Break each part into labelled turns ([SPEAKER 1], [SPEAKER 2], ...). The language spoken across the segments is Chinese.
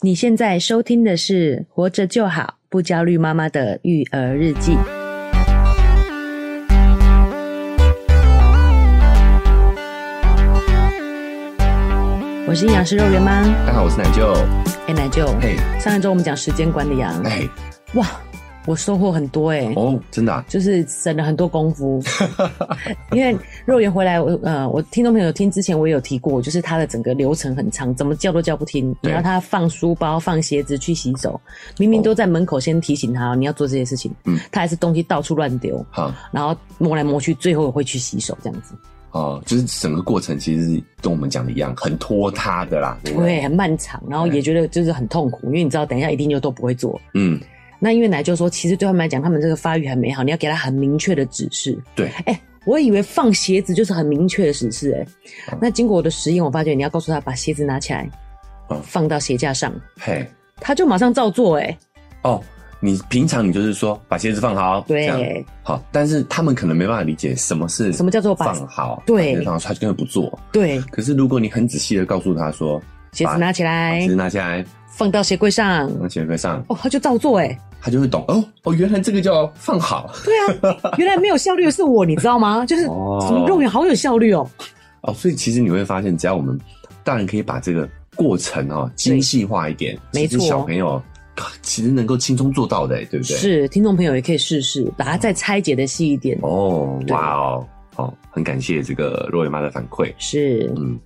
[SPEAKER 1] 你现在收听的是《活着就好，不焦虑妈妈的育儿日记》。我是营养师肉圆妈，
[SPEAKER 2] 大家好，我是奶舅。
[SPEAKER 1] 哎、奶舅。
[SPEAKER 2] 嘿，
[SPEAKER 1] 上一周我们讲时间管理啊，
[SPEAKER 2] 哎，
[SPEAKER 1] 哇，我收获很多哎、
[SPEAKER 2] 哦，真的、啊，
[SPEAKER 1] 就是省了很多功 夫。因为肉圆回来，我呃，我听众朋友听之前我也有提过，就是他的整个流程很长，怎么叫都叫不听。
[SPEAKER 2] 对
[SPEAKER 1] 然后他放书包、放鞋子去洗手，明明都在门口先提醒他你要做这些事情，
[SPEAKER 2] 嗯
[SPEAKER 1] 他还是东西到处乱丢，
[SPEAKER 2] 好
[SPEAKER 1] 然后摸来摸去，最后会去洗手这样子，
[SPEAKER 2] 哦，就是整个过程其实跟我们讲的一样，很拖沓的啦，对不对？
[SPEAKER 1] 对，很漫长，然后也觉得就是很痛苦，因为你知道等一下一定就都不会做。
[SPEAKER 2] 嗯，
[SPEAKER 1] 那因为奶就说，其实对他们来讲，他们这个发育还没好，你要给他很明确的指示。
[SPEAKER 2] 对，
[SPEAKER 1] 哎、我以为放鞋子就是很明确的指示、哎、
[SPEAKER 2] 嗯
[SPEAKER 1] 那经过我的实验，我发觉你要告诉他把鞋子拿起来，
[SPEAKER 2] 嗯
[SPEAKER 1] 放到鞋架上，
[SPEAKER 2] 嘿，
[SPEAKER 1] 他就马上照做、哎，
[SPEAKER 2] 哦，你平常你就是说把鞋子放好，这样
[SPEAKER 1] 对，
[SPEAKER 2] 好，但是他们可能没办法理解什么是
[SPEAKER 1] 什么叫做把
[SPEAKER 2] 放好，
[SPEAKER 1] 对
[SPEAKER 2] 把鞋子放好，他根本不做。
[SPEAKER 1] 对，
[SPEAKER 2] 可是如果你很仔细的告诉他说，
[SPEAKER 1] 鞋子
[SPEAKER 2] 把
[SPEAKER 1] 拿起
[SPEAKER 2] 把
[SPEAKER 1] 来
[SPEAKER 2] 鞋子，拿下来，嗯
[SPEAKER 1] 放到鞋柜上，
[SPEAKER 2] 放鞋柜上，
[SPEAKER 1] 哦，他就照做、哎，
[SPEAKER 2] 他就会懂哦哦，原来这个叫放好
[SPEAKER 1] 对啊， 原来没有效率的是我，你知道吗？就是什
[SPEAKER 2] 哦
[SPEAKER 1] 么肉眼好有效率哦，
[SPEAKER 2] 哦。所以其实你会发现，只要我们大人可以把这个过程哦精细化一点，
[SPEAKER 1] 没错
[SPEAKER 2] 其实小朋友啊其实能够轻松做到的，对不对？
[SPEAKER 1] 是，听众朋友也可以试试，把它再拆解的细一点，
[SPEAKER 2] 哦，
[SPEAKER 1] 对
[SPEAKER 2] 哇哦，好、很感谢这个若伟妈的反馈。
[SPEAKER 1] 是。
[SPEAKER 2] 嗯，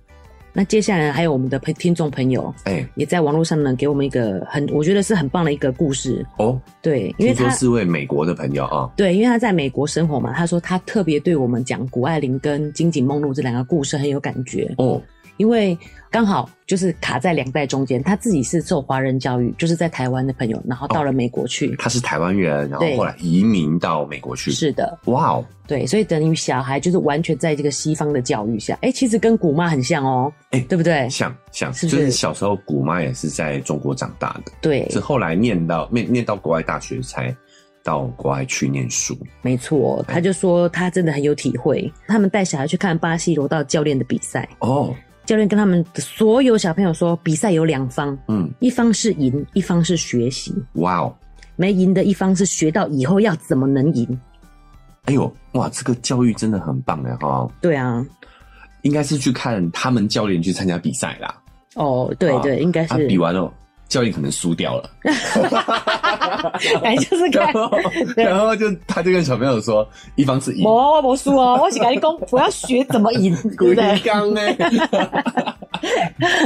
[SPEAKER 1] 那接下来还有我们的朋听众朋友，
[SPEAKER 2] 哎、
[SPEAKER 1] 也在网络上呢，给我们一个很，我觉得是很棒的一个故事。
[SPEAKER 2] 哦，
[SPEAKER 1] 对，因为
[SPEAKER 2] 听说
[SPEAKER 1] 他
[SPEAKER 2] 是位美国的朋友啊、
[SPEAKER 1] 对，因为他在美国生活嘛，他说他特别对我们讲古爱玲跟金井梦露这两个故事很有感觉，
[SPEAKER 2] 哦，
[SPEAKER 1] 因为刚好就是卡在两代中间，他自己是受华人教育，就是在台湾的朋友，然后到了美国去，
[SPEAKER 2] 他是台湾人，然
[SPEAKER 1] 对
[SPEAKER 2] 后后来移民到美国去。，
[SPEAKER 1] 是的，
[SPEAKER 2] 哇哦，
[SPEAKER 1] 对，所以等于小孩就是完全在这个西方的教育下，哎，其实跟古妈很像哦，
[SPEAKER 2] 哎
[SPEAKER 1] 对不对？
[SPEAKER 2] 像像
[SPEAKER 1] 是不是
[SPEAKER 2] 就是小时候姑妈也是在中国长大的，
[SPEAKER 1] 对，
[SPEAKER 2] 是后来念到念念到国外大学才到国外去念书。
[SPEAKER 1] 没错，他就说他真的很有体会，他们带小孩去看巴西柔道教练的比赛。
[SPEAKER 2] 哦，
[SPEAKER 1] 教练跟他们的所有小朋友说，比赛有两方，
[SPEAKER 2] 嗯，
[SPEAKER 1] 一方是赢，一方是学习。
[SPEAKER 2] 哇哦，
[SPEAKER 1] 没赢的一方是学到以后要怎么能赢。
[SPEAKER 2] 哎呦，哇，这个教育真的很棒哎哈、
[SPEAKER 1] 对啊，
[SPEAKER 2] 应该是去看他们教练去参加比赛啦。
[SPEAKER 1] 哦，对
[SPEAKER 2] 啊
[SPEAKER 1] 对，应该
[SPEAKER 2] 他
[SPEAKER 1] 是
[SPEAKER 2] 比，完了，教练可能输掉了，
[SPEAKER 1] 哎，就是看
[SPEAKER 2] 然后
[SPEAKER 1] 对
[SPEAKER 2] 然后就他就跟小朋友说，一方是赢，
[SPEAKER 1] 我我输哦，我是跟你讲，我要学怎么 赢，对不
[SPEAKER 2] 鬼
[SPEAKER 1] 对？
[SPEAKER 2] 刚呢。哎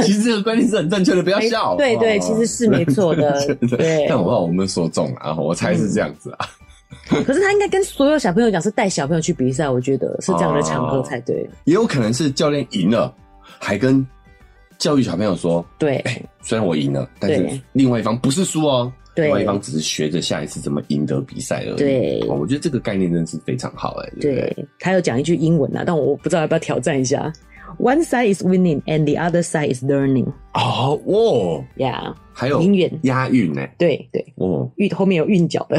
[SPEAKER 2] 其实这个观念是很正确的，不要笑。
[SPEAKER 1] 哎对对
[SPEAKER 2] 哦
[SPEAKER 1] 其实是没错的 对嗯
[SPEAKER 2] 但我怕我们说中了啊，我猜是这样子啊。
[SPEAKER 1] 可是他应该跟所有小朋友讲，是带小朋友去比赛，我觉得是这样的场合才对。
[SPEAKER 2] 也有可能是教练赢了，还跟教育小朋友说，
[SPEAKER 1] 对，
[SPEAKER 2] 虽然我赢了，但是
[SPEAKER 1] 对
[SPEAKER 2] 另外一方不是输哦，
[SPEAKER 1] 对
[SPEAKER 2] 另外一方只是学着下一次怎么赢得比赛而已。
[SPEAKER 1] 对
[SPEAKER 2] 哦我觉得这个概念真的是非常好哎、对不对？
[SPEAKER 1] 对他有讲一句英文啊，但我不知道要不要挑战一下。One side is winning and the other side is learning.
[SPEAKER 2] 哦，哇，
[SPEAKER 1] Yeah，
[SPEAKER 2] 还有
[SPEAKER 1] 永远
[SPEAKER 2] 押韵呢、
[SPEAKER 1] 对对，
[SPEAKER 2] 哦，
[SPEAKER 1] 韵后面有韵脚的。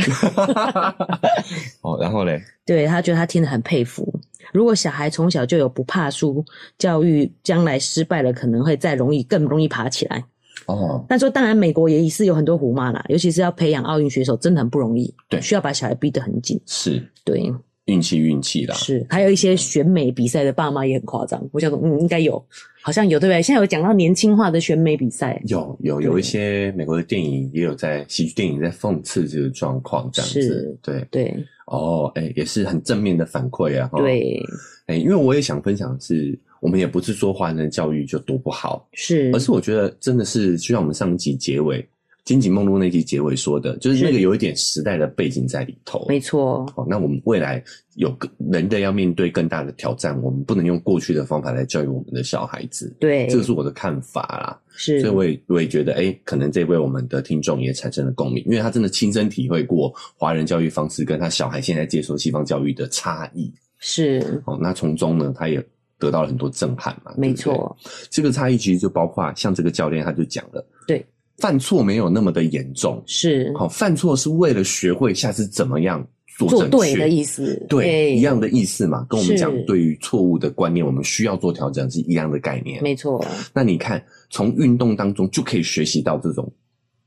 [SPEAKER 2] 哦，然后嘞，
[SPEAKER 1] 对他觉得他听得很佩服。如果小孩从小就有不怕输教育，将来失败了可能会再容易更容易爬起来。
[SPEAKER 2] 哦，
[SPEAKER 1] 但说当然，美国也是有很多虎妈啦，尤其是要培养奥运选手，真的很不容易。
[SPEAKER 2] 对
[SPEAKER 1] 需要把小孩逼得很紧。
[SPEAKER 2] 是
[SPEAKER 1] 对，
[SPEAKER 2] 运气运气啦，
[SPEAKER 1] 是还有一些选美比赛的爸妈也很夸张。我想说，嗯，应该有，好像有对不对？现在有讲到年轻化的选美比赛，
[SPEAKER 2] 有有
[SPEAKER 1] 对
[SPEAKER 2] 有一些美国的电影也有在喜剧电影在讽刺这个状况，这样
[SPEAKER 1] 是
[SPEAKER 2] 子，对，
[SPEAKER 1] 对
[SPEAKER 2] 哦，哎、也是很正面的反馈啊，哈，
[SPEAKER 1] 对
[SPEAKER 2] 哎、因为我也想分享的是，我们也不是说华人的教育就多不好，
[SPEAKER 1] 是
[SPEAKER 2] 而，是我觉得真的是，就像我们上一集结尾金井梦露那集结尾说的，就是那个
[SPEAKER 1] 是
[SPEAKER 2] 有一点时代的背景在里头。
[SPEAKER 1] 没错，
[SPEAKER 2] 哦，那我们未来有更人类要面对更大的挑战，我们不能用过去的方法来教育我们的小孩子。
[SPEAKER 1] 对，
[SPEAKER 2] 这个是我的看法啦，
[SPEAKER 1] 是
[SPEAKER 2] 所以我也我也觉得，哎、可能这位我们的听众也产生了共鸣，因为他真的亲身体会过华人教育方式跟他小孩现在接受西方教育的差异。
[SPEAKER 1] 是
[SPEAKER 2] 哦，那从中呢，他也得到了很多震撼嘛。对
[SPEAKER 1] 没
[SPEAKER 2] 不对
[SPEAKER 1] 错，
[SPEAKER 2] 这个差异其实就包括像这个教练他就讲了，
[SPEAKER 1] 对，
[SPEAKER 2] 犯错没有那么的严重，
[SPEAKER 1] 是
[SPEAKER 2] 好、犯错是为了学会下次怎么样做
[SPEAKER 1] 做
[SPEAKER 2] 正
[SPEAKER 1] 对
[SPEAKER 2] 确
[SPEAKER 1] 的意思，
[SPEAKER 2] 对，一样的意思嘛，跟我们
[SPEAKER 1] 是
[SPEAKER 2] 讲对于错误的观念，我们需要做调整是一样的概念。
[SPEAKER 1] 没错，
[SPEAKER 2] 那你看，从运动当中就可以学习到这种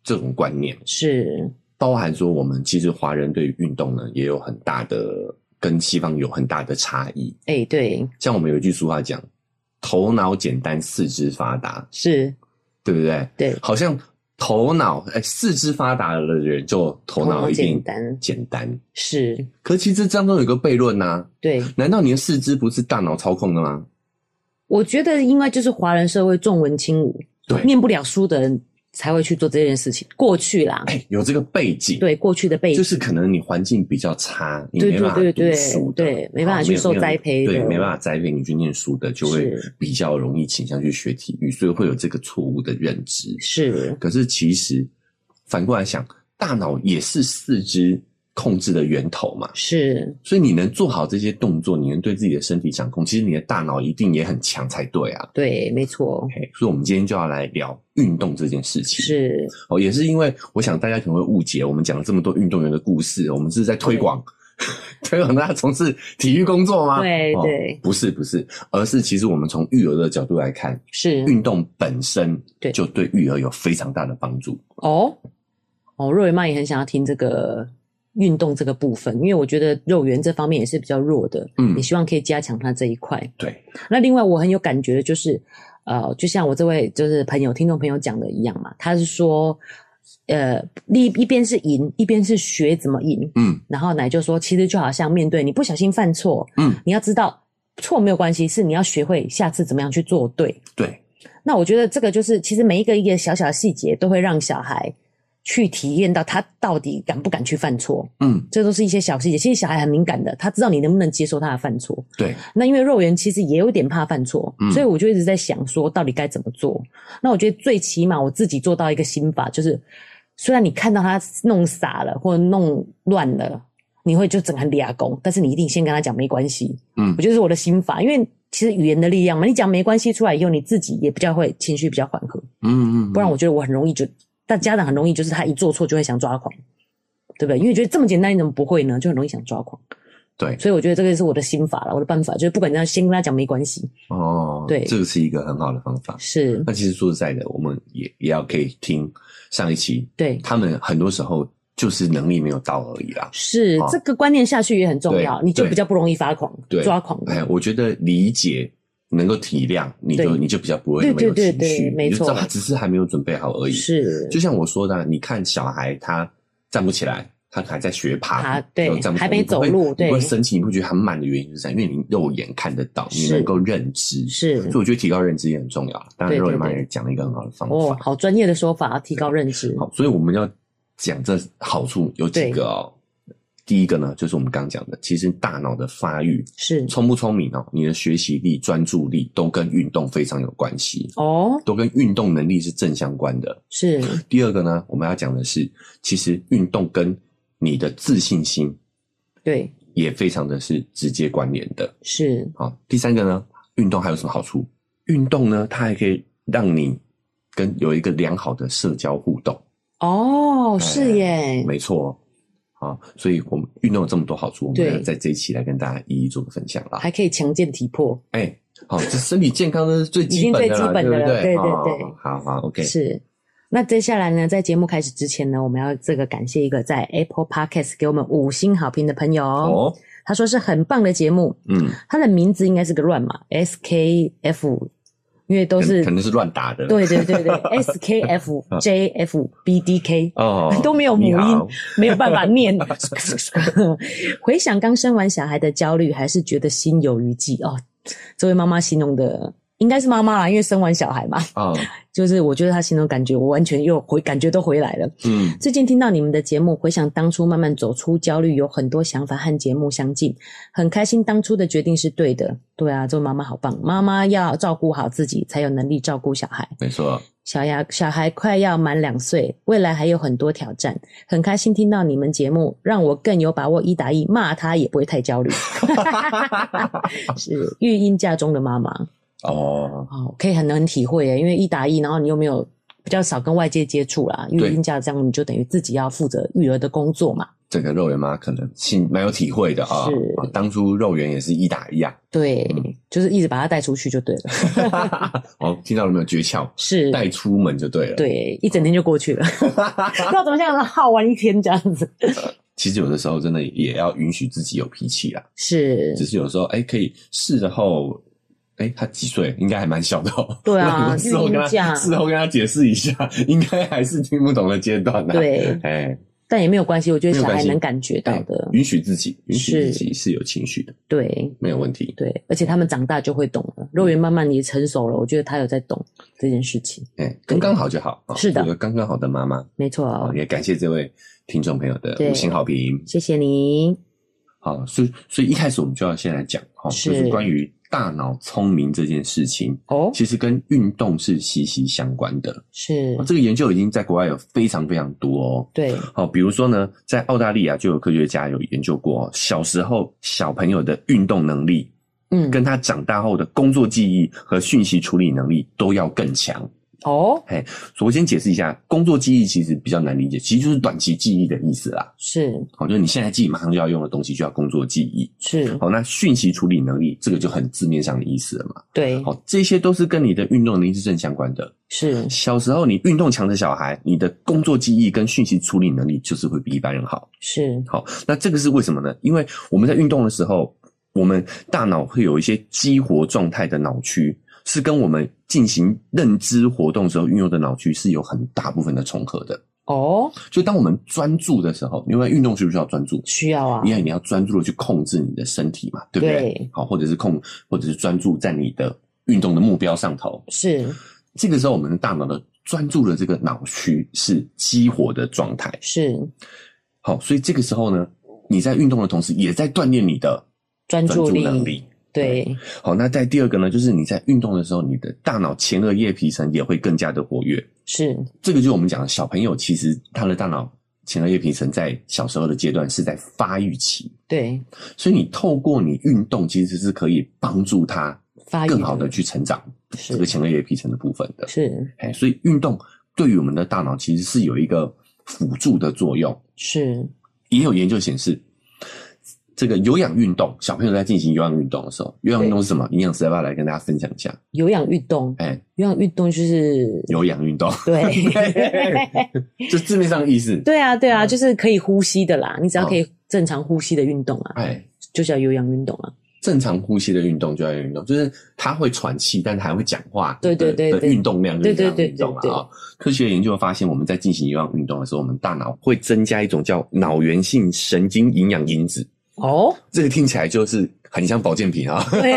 [SPEAKER 2] 这种观念，
[SPEAKER 1] 是
[SPEAKER 2] 包含说我们其实华人对于运动呢也有很大的跟西方有很大的差异。
[SPEAKER 1] 哎、对，
[SPEAKER 2] 像我们有一句俗话讲，头脑简单，四肢发达，
[SPEAKER 1] 是
[SPEAKER 2] 对不对？
[SPEAKER 1] 对，
[SPEAKER 2] 好像头脑哎四肢发达了的人就头脑一定
[SPEAKER 1] 简单，
[SPEAKER 2] 简单，
[SPEAKER 1] 是
[SPEAKER 2] 可其实当中有一个悖论呐、
[SPEAKER 1] 对。
[SPEAKER 2] 难道你的四肢不是大脑操控的吗？
[SPEAKER 1] 我觉得应该就是华人社会重文轻武，
[SPEAKER 2] 对
[SPEAKER 1] 念不了书的人才会去做这件事情。过去啦，
[SPEAKER 2] 哎、有这个背景，
[SPEAKER 1] 对过去的背景，
[SPEAKER 2] 就是可能你环境比较差，你
[SPEAKER 1] 对
[SPEAKER 2] 没办法
[SPEAKER 1] 对对
[SPEAKER 2] 读书的，
[SPEAKER 1] 对对没办法
[SPEAKER 2] 啊
[SPEAKER 1] 去受
[SPEAKER 2] 有
[SPEAKER 1] 栽培的
[SPEAKER 2] 对，没办法栽培你去念书的，就会
[SPEAKER 1] 是
[SPEAKER 2] 比较容易倾向去学体育，所以会有这个错误的认知。
[SPEAKER 1] 是
[SPEAKER 2] 可是其实反过来想，大脑也是四肢控制的源头嘛，
[SPEAKER 1] 是
[SPEAKER 2] 所以你能做好这些动作，你能对自己的身体掌控，其实你的大脑一定也很强才对啊。
[SPEAKER 1] 对，没错，
[SPEAKER 2] OK，所以我们今天就要来聊运动这件事情。
[SPEAKER 1] 是
[SPEAKER 2] 哦，也是因为我想大家可能会误解，我们讲了这么多运动员的故事，我们是在推广 推广大家从事体育工作吗？
[SPEAKER 1] 对
[SPEAKER 2] 哦
[SPEAKER 1] 对
[SPEAKER 2] 不是不是，而是其实我们从育儿的角度来看，
[SPEAKER 1] 是
[SPEAKER 2] 运动本身
[SPEAKER 1] 对
[SPEAKER 2] 就对育儿有非常大的帮助。
[SPEAKER 1] 哦哦，肉圆妈也很想要听这个运动这个部分，因为我觉得肉圆这方面也是比较弱的，
[SPEAKER 2] 嗯
[SPEAKER 1] 也希望可以加强他这一块。
[SPEAKER 2] 对，
[SPEAKER 1] 那另外我很有感觉的就是，呃，就像我这位就是朋友听众朋友讲的一样嘛，他是说，呃，一一边是赢，一边是学怎么赢。
[SPEAKER 2] 嗯
[SPEAKER 1] 然后奶就说，其实就好像面对你不小心犯错，
[SPEAKER 2] 嗯，
[SPEAKER 1] 你要知道错没有关系，是你要学会下次怎么样去做对。
[SPEAKER 2] 对，
[SPEAKER 1] 那我觉得这个就是，其实每一个一个小小的细节都会让小孩去体验到他到底敢不敢去犯错，
[SPEAKER 2] 嗯
[SPEAKER 1] 这都是一些小细节。其实小孩很敏感的，他知道你能不能接受他的犯错。
[SPEAKER 2] 对，
[SPEAKER 1] 那因为肉圆其实也有点怕犯错，
[SPEAKER 2] 嗯
[SPEAKER 1] 所以我就一直在想说，到底该怎么做？那我觉得最起码我自己做到一个心法，就是虽然你看到他弄傻了或者弄乱了，你会就整个俩拱，但是你一定先跟他讲没关系。
[SPEAKER 2] 嗯
[SPEAKER 1] 我觉得是我的心法，因为其实语言的力量嘛，你讲没关系出来以后，你自己也比较会情绪比较缓和。
[SPEAKER 2] 嗯嗯，
[SPEAKER 1] 不然
[SPEAKER 2] 我
[SPEAKER 1] 我觉得我很容易就，但家长很容易就是他一做错就会想抓狂，对不对？因为觉得这么简单你怎么不会呢？就很容易想抓狂。
[SPEAKER 2] 对
[SPEAKER 1] 所以我觉得这个是我的心法了，我的办法就是不管怎样，先跟他讲没关系。
[SPEAKER 2] 哦，
[SPEAKER 1] 对
[SPEAKER 2] 这个是一个很好的方法。
[SPEAKER 1] 是
[SPEAKER 2] 那其实说实在的，我们也也要可以听上一期，
[SPEAKER 1] 对，
[SPEAKER 2] 他们很多时候就是能力没有到而已啦。
[SPEAKER 1] 是、
[SPEAKER 2] 好
[SPEAKER 1] 这个观念下去也很重要，
[SPEAKER 2] 哦对
[SPEAKER 1] 你就
[SPEAKER 2] 对
[SPEAKER 1] 比较不容易发狂、
[SPEAKER 2] 对
[SPEAKER 1] 抓狂。
[SPEAKER 2] 哎，我觉得理解能够体谅，你就
[SPEAKER 1] 对
[SPEAKER 2] 你就比较不会那么有情
[SPEAKER 1] 对
[SPEAKER 2] 绪，
[SPEAKER 1] 对对对没
[SPEAKER 2] 你就知道
[SPEAKER 1] 错
[SPEAKER 2] 他只是还没有准备好而已。，
[SPEAKER 1] 是，
[SPEAKER 2] 就像我说的，啊你看小孩他站不起来，他还在学爬，
[SPEAKER 1] 爬对
[SPEAKER 2] 然后站不起来
[SPEAKER 1] 还没走路
[SPEAKER 2] 你不会
[SPEAKER 1] 对
[SPEAKER 2] 你不会生气，你不觉得很慢的原因就是这样，因为你肉眼看得到，你
[SPEAKER 1] 是
[SPEAKER 2] 能够认知，
[SPEAKER 1] 是
[SPEAKER 2] 所以我觉得提高认知也很重要啦。当然，
[SPEAKER 1] 对对
[SPEAKER 2] 肉眼妈
[SPEAKER 1] 对
[SPEAKER 2] 也讲了一个很好的方法。
[SPEAKER 1] 哦，好专业的说法，提高认知。
[SPEAKER 2] 好，所以我们要讲这好处有几个哦。第一个呢，就是我们刚刚讲的，其实大脑的发育
[SPEAKER 1] 是
[SPEAKER 2] 聪不聪明哦，你的学习力、专注力都跟运动非常有关系，
[SPEAKER 1] 哦，
[SPEAKER 2] 都跟运动能力是正相关的。
[SPEAKER 1] 是
[SPEAKER 2] 第二个呢，我们要讲的是，其实运动跟你的自信心
[SPEAKER 1] 对，
[SPEAKER 2] 也非常的是直接关联的。
[SPEAKER 1] 是
[SPEAKER 2] 好，第三个呢，运动还有什么好处？运动呢，它还可以让你跟有一个良好的社交互动。
[SPEAKER 1] 哦，是耶，
[SPEAKER 2] 哎没错。哦好，所以我们运动有这么多好处，我们
[SPEAKER 1] 对
[SPEAKER 2] 要在这一期来跟大家一一做个分享啦。
[SPEAKER 1] 还可以强健体魄，
[SPEAKER 2] 哎、好，这身体健康呢是最基本的啦，
[SPEAKER 1] 已经最基本的
[SPEAKER 2] 对不
[SPEAKER 1] 了对对
[SPEAKER 2] 对？哦
[SPEAKER 1] 对
[SPEAKER 2] 好好，OK，
[SPEAKER 1] 是。那接下来呢，在节目开始之前呢，我们要这个感谢一个在 Apple Podcast 给我们五星好评的朋友哦，
[SPEAKER 2] 哦，
[SPEAKER 1] 他说是很棒的节目，
[SPEAKER 2] 嗯，
[SPEAKER 1] 他的名字应该是个乱码 S K F，因为都
[SPEAKER 2] 可能
[SPEAKER 1] 是
[SPEAKER 2] 可能是乱打的，，
[SPEAKER 1] 对对 对对 S K F J F B D K
[SPEAKER 2] 哦
[SPEAKER 1] ，都没有母
[SPEAKER 2] 你好
[SPEAKER 1] 音，没有办法 念。回想刚生完小孩的焦虑，还是觉得心有余悸哦。这位妈妈形容的应该是妈妈啦，因为生完小孩嘛，
[SPEAKER 2] 啊，
[SPEAKER 1] 就是我觉得她形容感觉，我完全又回感觉都回来了。
[SPEAKER 2] 嗯，
[SPEAKER 1] 最近听到你们的节目，回想当初慢慢走出焦虑，有很多想法和节目相近，很开心当初的决定是对的。对啊，做妈妈好棒，妈妈要照顾好自己，才有能力照顾小孩。
[SPEAKER 2] 没错，
[SPEAKER 1] 小牙小孩快要满两岁，未来还有很多挑战，很开心听到你们节目，让我更有把握一打一骂他也不会太焦虑。是育婴假中的妈妈
[SPEAKER 2] 哦，
[SPEAKER 1] 哦，可以很能体会耶，因为一打一，然后你又没有比较少跟外界接触啦，育
[SPEAKER 2] 对
[SPEAKER 1] 婴假这样你就等于自己要负责育儿的工作嘛，
[SPEAKER 2] 这个肉圆妈可能心蛮有体会的啊
[SPEAKER 1] 是
[SPEAKER 2] 啊当初肉圆也是一打一啊，
[SPEAKER 1] 对，就是一直把它带出去就对了，
[SPEAKER 2] 哦，听到了没有诀窍？
[SPEAKER 1] 是，
[SPEAKER 2] 带出门就对了。，
[SPEAKER 1] 对，一整天就过 去了，不知道怎么像耗完一天这样子，
[SPEAKER 2] 其实有的时候真的也要允许自己有脾气啦，
[SPEAKER 1] 是
[SPEAKER 2] 只，是有时候哎、可以事后。哎、他几岁？应该还蛮小的、哦。
[SPEAKER 1] 对 啊
[SPEAKER 2] 如果事后
[SPEAKER 1] 育
[SPEAKER 2] 跟
[SPEAKER 1] 婴
[SPEAKER 2] 他
[SPEAKER 1] 假
[SPEAKER 2] 事后跟他解释一下，应该还是听不懂的阶段呢、啊。，
[SPEAKER 1] 对，
[SPEAKER 2] 哎、
[SPEAKER 1] 但也没有关系，我觉得
[SPEAKER 2] 没有
[SPEAKER 1] 小
[SPEAKER 2] 关
[SPEAKER 1] 孩
[SPEAKER 2] 系
[SPEAKER 1] 能感觉到
[SPEAKER 2] 哎
[SPEAKER 1] 的，
[SPEAKER 2] 允许自己，允许自
[SPEAKER 1] 是
[SPEAKER 2] 己是有情绪的，
[SPEAKER 1] 对
[SPEAKER 2] 没有问题。
[SPEAKER 1] 对，而且他们长大就会懂了，肉圆慢慢也成熟了，我觉得他有在懂这件事情，
[SPEAKER 2] 哎、刚刚好就好。啊
[SPEAKER 1] 是的
[SPEAKER 2] 有个刚刚好的妈妈
[SPEAKER 1] 没错
[SPEAKER 2] 啊，
[SPEAKER 1] 哦，
[SPEAKER 2] 也感谢这位听众朋友的
[SPEAKER 1] 对
[SPEAKER 2] 五星好评。
[SPEAKER 1] 谢谢你，
[SPEAKER 2] 啊，所以所以一开始我们就要先来讲哈，
[SPEAKER 1] 是
[SPEAKER 2] 就是关于大脑聪明这件事情，
[SPEAKER 1] 哦，
[SPEAKER 2] 其实跟运动是息息相关的。
[SPEAKER 1] 是
[SPEAKER 2] 啊，这个研究已经在国外有非常非常多哦。
[SPEAKER 1] 对，
[SPEAKER 2] 好，比如说呢，在澳大利亚就有科学家有研究过哦，小时候小朋友的运动能力
[SPEAKER 1] 嗯，
[SPEAKER 2] 跟他长大后的工作记忆和讯息处理能力都要更强。
[SPEAKER 1] 哦，
[SPEAKER 2] 所以我先解释一下，工作记忆其实比较难理解，其实就是短期记忆的意思啦。
[SPEAKER 1] 是
[SPEAKER 2] 好，就是你现在记马上就要用的东西，就叫工作记忆。
[SPEAKER 1] 是，
[SPEAKER 2] 好，那讯息处理能力这个就很字面上的意思了嘛。
[SPEAKER 1] 对，
[SPEAKER 2] 好，这些都是跟你的运动能力是正相关的。
[SPEAKER 1] 是
[SPEAKER 2] 小时候你运动强的小孩，你的工作记忆跟讯息处理能力就是会比一般人好。
[SPEAKER 1] 是，
[SPEAKER 2] 好，那这个是为什么呢？因为我们在运动的时候，我们大脑会有一些激活状态的脑区，是跟我们进行认知活动时候运用的脑区是有很大部分的重合的。
[SPEAKER 1] 哦，
[SPEAKER 2] 就当我们专注的时候，因为运动需不需要专注？
[SPEAKER 1] 需要啊，
[SPEAKER 2] 因为你要专注的去控制你的身体嘛，对不对？
[SPEAKER 1] 对
[SPEAKER 2] 好，或者是控，或者是专注在你的运动的目标上头。
[SPEAKER 1] 是
[SPEAKER 2] 这个时候，我们的大脑的专注的这个脑区是激活的状态。
[SPEAKER 1] 是
[SPEAKER 2] 好，所以这个时候呢，你在运动的同时，也在锻炼你的
[SPEAKER 1] 专
[SPEAKER 2] 专
[SPEAKER 1] 注
[SPEAKER 2] 注能
[SPEAKER 1] 力，
[SPEAKER 2] 力。
[SPEAKER 1] 对，
[SPEAKER 2] 好，那在第二个呢，就是你在运动的时候，你的大脑前额叶皮层也会更加的活跃。
[SPEAKER 1] 是
[SPEAKER 2] 这个就是我们讲的小朋友，其实他的大脑前额叶皮层在小时候的阶段是在发育期。
[SPEAKER 1] 对，
[SPEAKER 2] 所以你透过你运动，其实是可以帮助他
[SPEAKER 1] 发育
[SPEAKER 2] 更好的去成长
[SPEAKER 1] 是
[SPEAKER 2] 这个前额叶皮层的部分的。
[SPEAKER 1] 是
[SPEAKER 2] 哎，所以运动对于我们的大脑其实是有一个辅助的作用。
[SPEAKER 1] 是
[SPEAKER 2] 也有研究显示，这个有氧运动，小朋友在进行有氧运动的时候，有氧运动是什么？营养师要不要来跟大家分享一下？
[SPEAKER 1] 有氧运动，
[SPEAKER 2] 哎，
[SPEAKER 1] 有氧运动就是
[SPEAKER 2] 有氧运动，
[SPEAKER 1] 对
[SPEAKER 2] 就字面上的意思。
[SPEAKER 1] 对啊对啊，
[SPEAKER 2] 嗯
[SPEAKER 1] 就是可以呼吸的啦，你只要可以正常呼吸的运动啊，
[SPEAKER 2] 哦哎，
[SPEAKER 1] 就叫有氧运动啊，
[SPEAKER 2] 正常呼吸的运动就要运动，就是他会喘气，但是还会讲话的。
[SPEAKER 1] 对对对
[SPEAKER 2] 的
[SPEAKER 1] 对
[SPEAKER 2] 运动量就是这样
[SPEAKER 1] 对对
[SPEAKER 2] 的
[SPEAKER 1] 对
[SPEAKER 2] 运动了
[SPEAKER 1] 对对
[SPEAKER 2] 啊。科学研究发现，我们在进行有氧运动的时候，我们大脑会增加一种叫脑源性神经营养因子，
[SPEAKER 1] 哦，
[SPEAKER 2] 这个听起来就是很像保健品啊。
[SPEAKER 1] 对，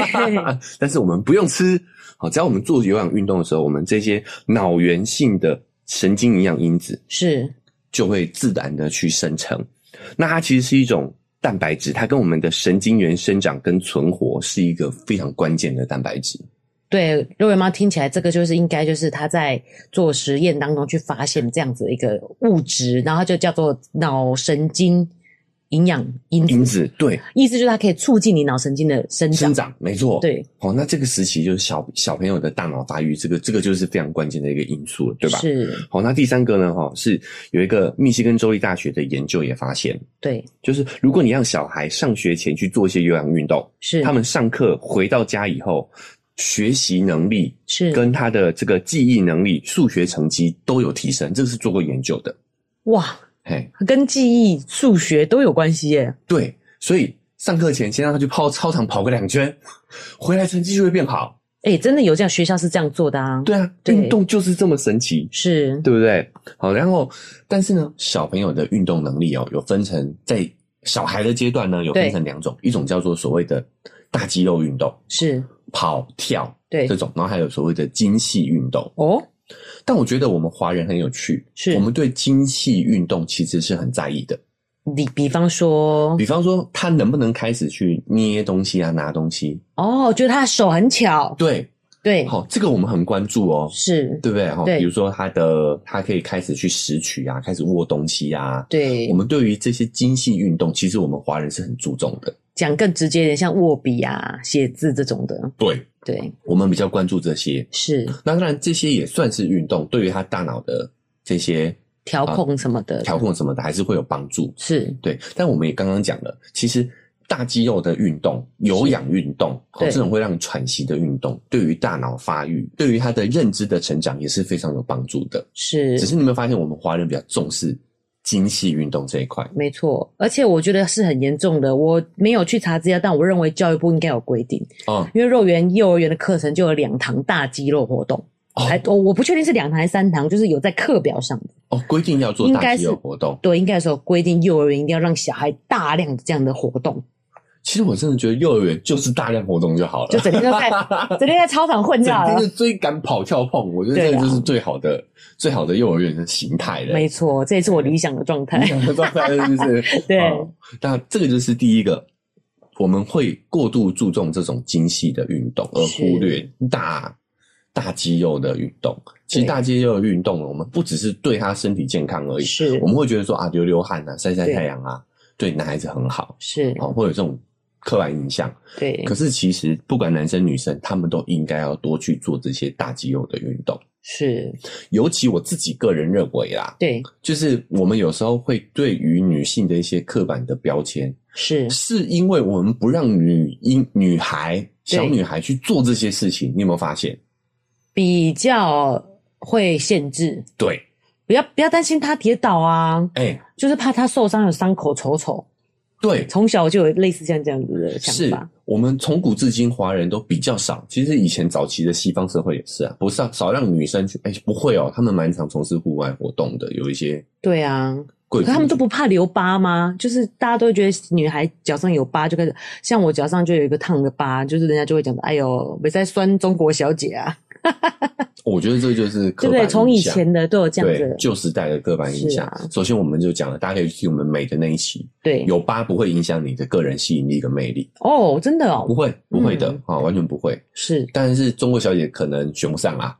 [SPEAKER 2] 但是我们不用吃，好，只要我们做有氧运动的时候，我们这些脑源性的神经营养因子
[SPEAKER 1] 是
[SPEAKER 2] 就会自然的去生成。那它其实是一种蛋白质，它跟我们的神经元生长跟存活是一个非常关键的蛋白质。
[SPEAKER 1] 对，肉圆妈听起来这个就是应该就是她在做实验当中去发现这样子的一个物质，然后就叫做脑神经营养因子，
[SPEAKER 2] 因子对
[SPEAKER 1] 意思就是它可以促进你脑神经的生长。
[SPEAKER 2] 生长没错。，
[SPEAKER 1] 对，
[SPEAKER 2] 好，那这个时期就是小小朋友的大脑发育，这个这个就是非常关键的一个因素了，对吧？。
[SPEAKER 1] 是，
[SPEAKER 2] 好，那第三个呢？哈，是有一个密西根州立大学的研究也发现，
[SPEAKER 1] 对，
[SPEAKER 2] 就是如果你让小孩上学前去做一些有氧运动，
[SPEAKER 1] 是，
[SPEAKER 2] 他们上课回到家以后，学习能力
[SPEAKER 1] 是
[SPEAKER 2] 跟他的这个记忆能力、数学成绩都有提升，这个是做过研究的。
[SPEAKER 1] 哇，
[SPEAKER 2] 嘿，
[SPEAKER 1] 跟记忆、数学都有关系耶。
[SPEAKER 2] 对，所以上课前先让他去跑操场跑个两圈，回来成绩就会变好。
[SPEAKER 1] 哎，真的有这样，学校是这样做的啊。，
[SPEAKER 2] 对啊，
[SPEAKER 1] 对
[SPEAKER 2] 运动就是这么神奇，
[SPEAKER 1] 是，
[SPEAKER 2] 对不对？好，然后但是呢，小朋友的运动能力哦，有分成在小孩的阶段呢，有分
[SPEAKER 1] 对
[SPEAKER 2] 成两种，一种叫做所谓的大肌肉运动，
[SPEAKER 1] 是，
[SPEAKER 2] 跑、跳
[SPEAKER 1] 对
[SPEAKER 2] 这，种，然后还有所谓的精细运动。
[SPEAKER 1] 哦，
[SPEAKER 2] 但我觉得我们华人很有趣，
[SPEAKER 1] 是嗯
[SPEAKER 2] 我们对精细运动其实是很在意的。
[SPEAKER 1] 你比方说
[SPEAKER 2] 比，方说，他能不能开始去捏东西啊、拿东西？
[SPEAKER 1] 哦，觉得他的手很巧，
[SPEAKER 2] 对，
[SPEAKER 1] 对，
[SPEAKER 2] 好、这个我们很关注哦，
[SPEAKER 1] 是，
[SPEAKER 2] 对不对？哈、
[SPEAKER 1] 对
[SPEAKER 2] 比如说他的他可以开始去拾取啊，开始握东西啊。
[SPEAKER 1] 对
[SPEAKER 2] 我，们对于这些精细运动，其实我们华人是很注重的。
[SPEAKER 1] 讲更直接一点，像握笔啊、写字这种的，
[SPEAKER 2] 对，
[SPEAKER 1] 对，
[SPEAKER 2] 我们比较关注这些。
[SPEAKER 1] 是
[SPEAKER 2] 那当然，这些也算是运动，对于他大脑的这些
[SPEAKER 1] 调控什么的，
[SPEAKER 2] 调控什么的，还是会有帮助。
[SPEAKER 1] 是
[SPEAKER 2] 对，但我们也刚刚讲了，其实大肌肉的运动、有氧运动，哦
[SPEAKER 1] 对
[SPEAKER 2] 这种会让你喘息的运动，对于大脑发育、对于他的认知的成长也是非常有帮助的。
[SPEAKER 1] 是
[SPEAKER 2] 只是你有没有发现，我们华人比较重视精细运动这一块？
[SPEAKER 1] 没错，而且我觉得是很严重的。我没有去查资料，但我认为教育部应该有规定，
[SPEAKER 2] 哦
[SPEAKER 1] 因为肉圆幼儿园的课程就有两堂大肌肉活动，
[SPEAKER 2] 哦
[SPEAKER 1] 还我我不确定是两堂还是三堂，就是有在课表上的。
[SPEAKER 2] 哦，规定要做
[SPEAKER 1] 应
[SPEAKER 2] 大
[SPEAKER 1] 该
[SPEAKER 2] 肌
[SPEAKER 1] 是
[SPEAKER 2] 肉活动。
[SPEAKER 1] 对，应该说规定幼儿园一定要让小孩大量的这样的活动，
[SPEAKER 2] 其实我真的觉得幼儿园就是大量活动就好了，
[SPEAKER 1] 就整天都 在整天在操场混
[SPEAKER 2] 整
[SPEAKER 1] 就好
[SPEAKER 2] 天
[SPEAKER 1] 了
[SPEAKER 2] 就。追赶、跑、跳、碰，我觉得
[SPEAKER 1] 对
[SPEAKER 2] 这
[SPEAKER 1] 啊
[SPEAKER 2] 个就是最好的、最好的幼儿园的形态了。
[SPEAKER 1] 没错，这也是我理想的状态
[SPEAKER 2] 你。想的 状态是不是？
[SPEAKER 1] 对
[SPEAKER 2] 哦那这个就是第一个，我们会过度注重这种精细的运动，而
[SPEAKER 1] 是
[SPEAKER 2] 忽略大大肌肉的运动。其实
[SPEAKER 1] 对
[SPEAKER 2] 大肌肉的运动，我们不只是对他身体健康而已，
[SPEAKER 1] 是
[SPEAKER 2] 我们会觉得说啊，流流汗啊，晒晒
[SPEAKER 1] 对
[SPEAKER 2] 太阳啊，对男孩子很好，
[SPEAKER 1] 是，
[SPEAKER 2] 哦，会有这种刻板印象。
[SPEAKER 1] 对
[SPEAKER 2] 可，是其实不管男生女生，他们都应该要多去做这些大肌肉的运动。
[SPEAKER 1] 是，
[SPEAKER 2] 尤其我自己个人认为啦，
[SPEAKER 1] 对，
[SPEAKER 2] 就是我们有时候会对于女性的一些刻板的标签，
[SPEAKER 1] 是
[SPEAKER 2] 是因为我们不让女婴、女孩、
[SPEAKER 1] 对
[SPEAKER 2] 小女孩去做这些事情。你有没有发现？
[SPEAKER 1] 比较会限制，
[SPEAKER 2] 对，
[SPEAKER 1] 不要不要担心他跌倒啊，
[SPEAKER 2] 哎、
[SPEAKER 1] 就是怕他受伤有伤口丑丑。
[SPEAKER 2] 对，
[SPEAKER 1] 从小就有类似像这样子的想
[SPEAKER 2] 是
[SPEAKER 1] 法，
[SPEAKER 2] 我们从古至今，华人都比较少。其实以前早期的西方社会也是啊，不是啊少让女生去，哎、不会哦，他们蛮常从事户外活动的，有一些
[SPEAKER 1] 对啊，
[SPEAKER 2] 贵
[SPEAKER 1] 可
[SPEAKER 2] 族
[SPEAKER 1] 他们都不怕留疤吗？就是大家都会觉得女孩脚上有疤就开始，像我脚上就有一个烫的疤，就是人家就会讲，哎呦，没在酸中国小姐啊，
[SPEAKER 2] 我觉得这就是刻
[SPEAKER 1] 对不对？
[SPEAKER 2] 板
[SPEAKER 1] 从以
[SPEAKER 2] 印象
[SPEAKER 1] 前的都有这样子
[SPEAKER 2] 对
[SPEAKER 1] 的，
[SPEAKER 2] 旧时代的刻板印
[SPEAKER 1] 是
[SPEAKER 2] 象。
[SPEAKER 1] 啊
[SPEAKER 2] 首先，我们就讲了，大家可以去听我们美的那一期，
[SPEAKER 1] 对，
[SPEAKER 2] 有疤不会影响你的个人吸引力跟魅力，
[SPEAKER 1] 哦，真的
[SPEAKER 2] 不
[SPEAKER 1] 哦，
[SPEAKER 2] 会，不会的
[SPEAKER 1] 嗯
[SPEAKER 2] 啊、完全不会。
[SPEAKER 1] 是
[SPEAKER 2] 但是中国小姐可能选不上啦，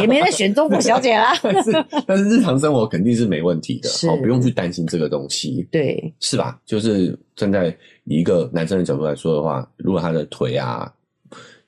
[SPEAKER 1] 也没在选中国小姐 啦，
[SPEAKER 2] 但是但是日常生活肯定是没问题的，
[SPEAKER 1] 是
[SPEAKER 2] 哦，不用去担心这个东西，
[SPEAKER 1] 对，
[SPEAKER 2] 是吧？就是站在以一个男生的角度来说的话，如果他的腿啊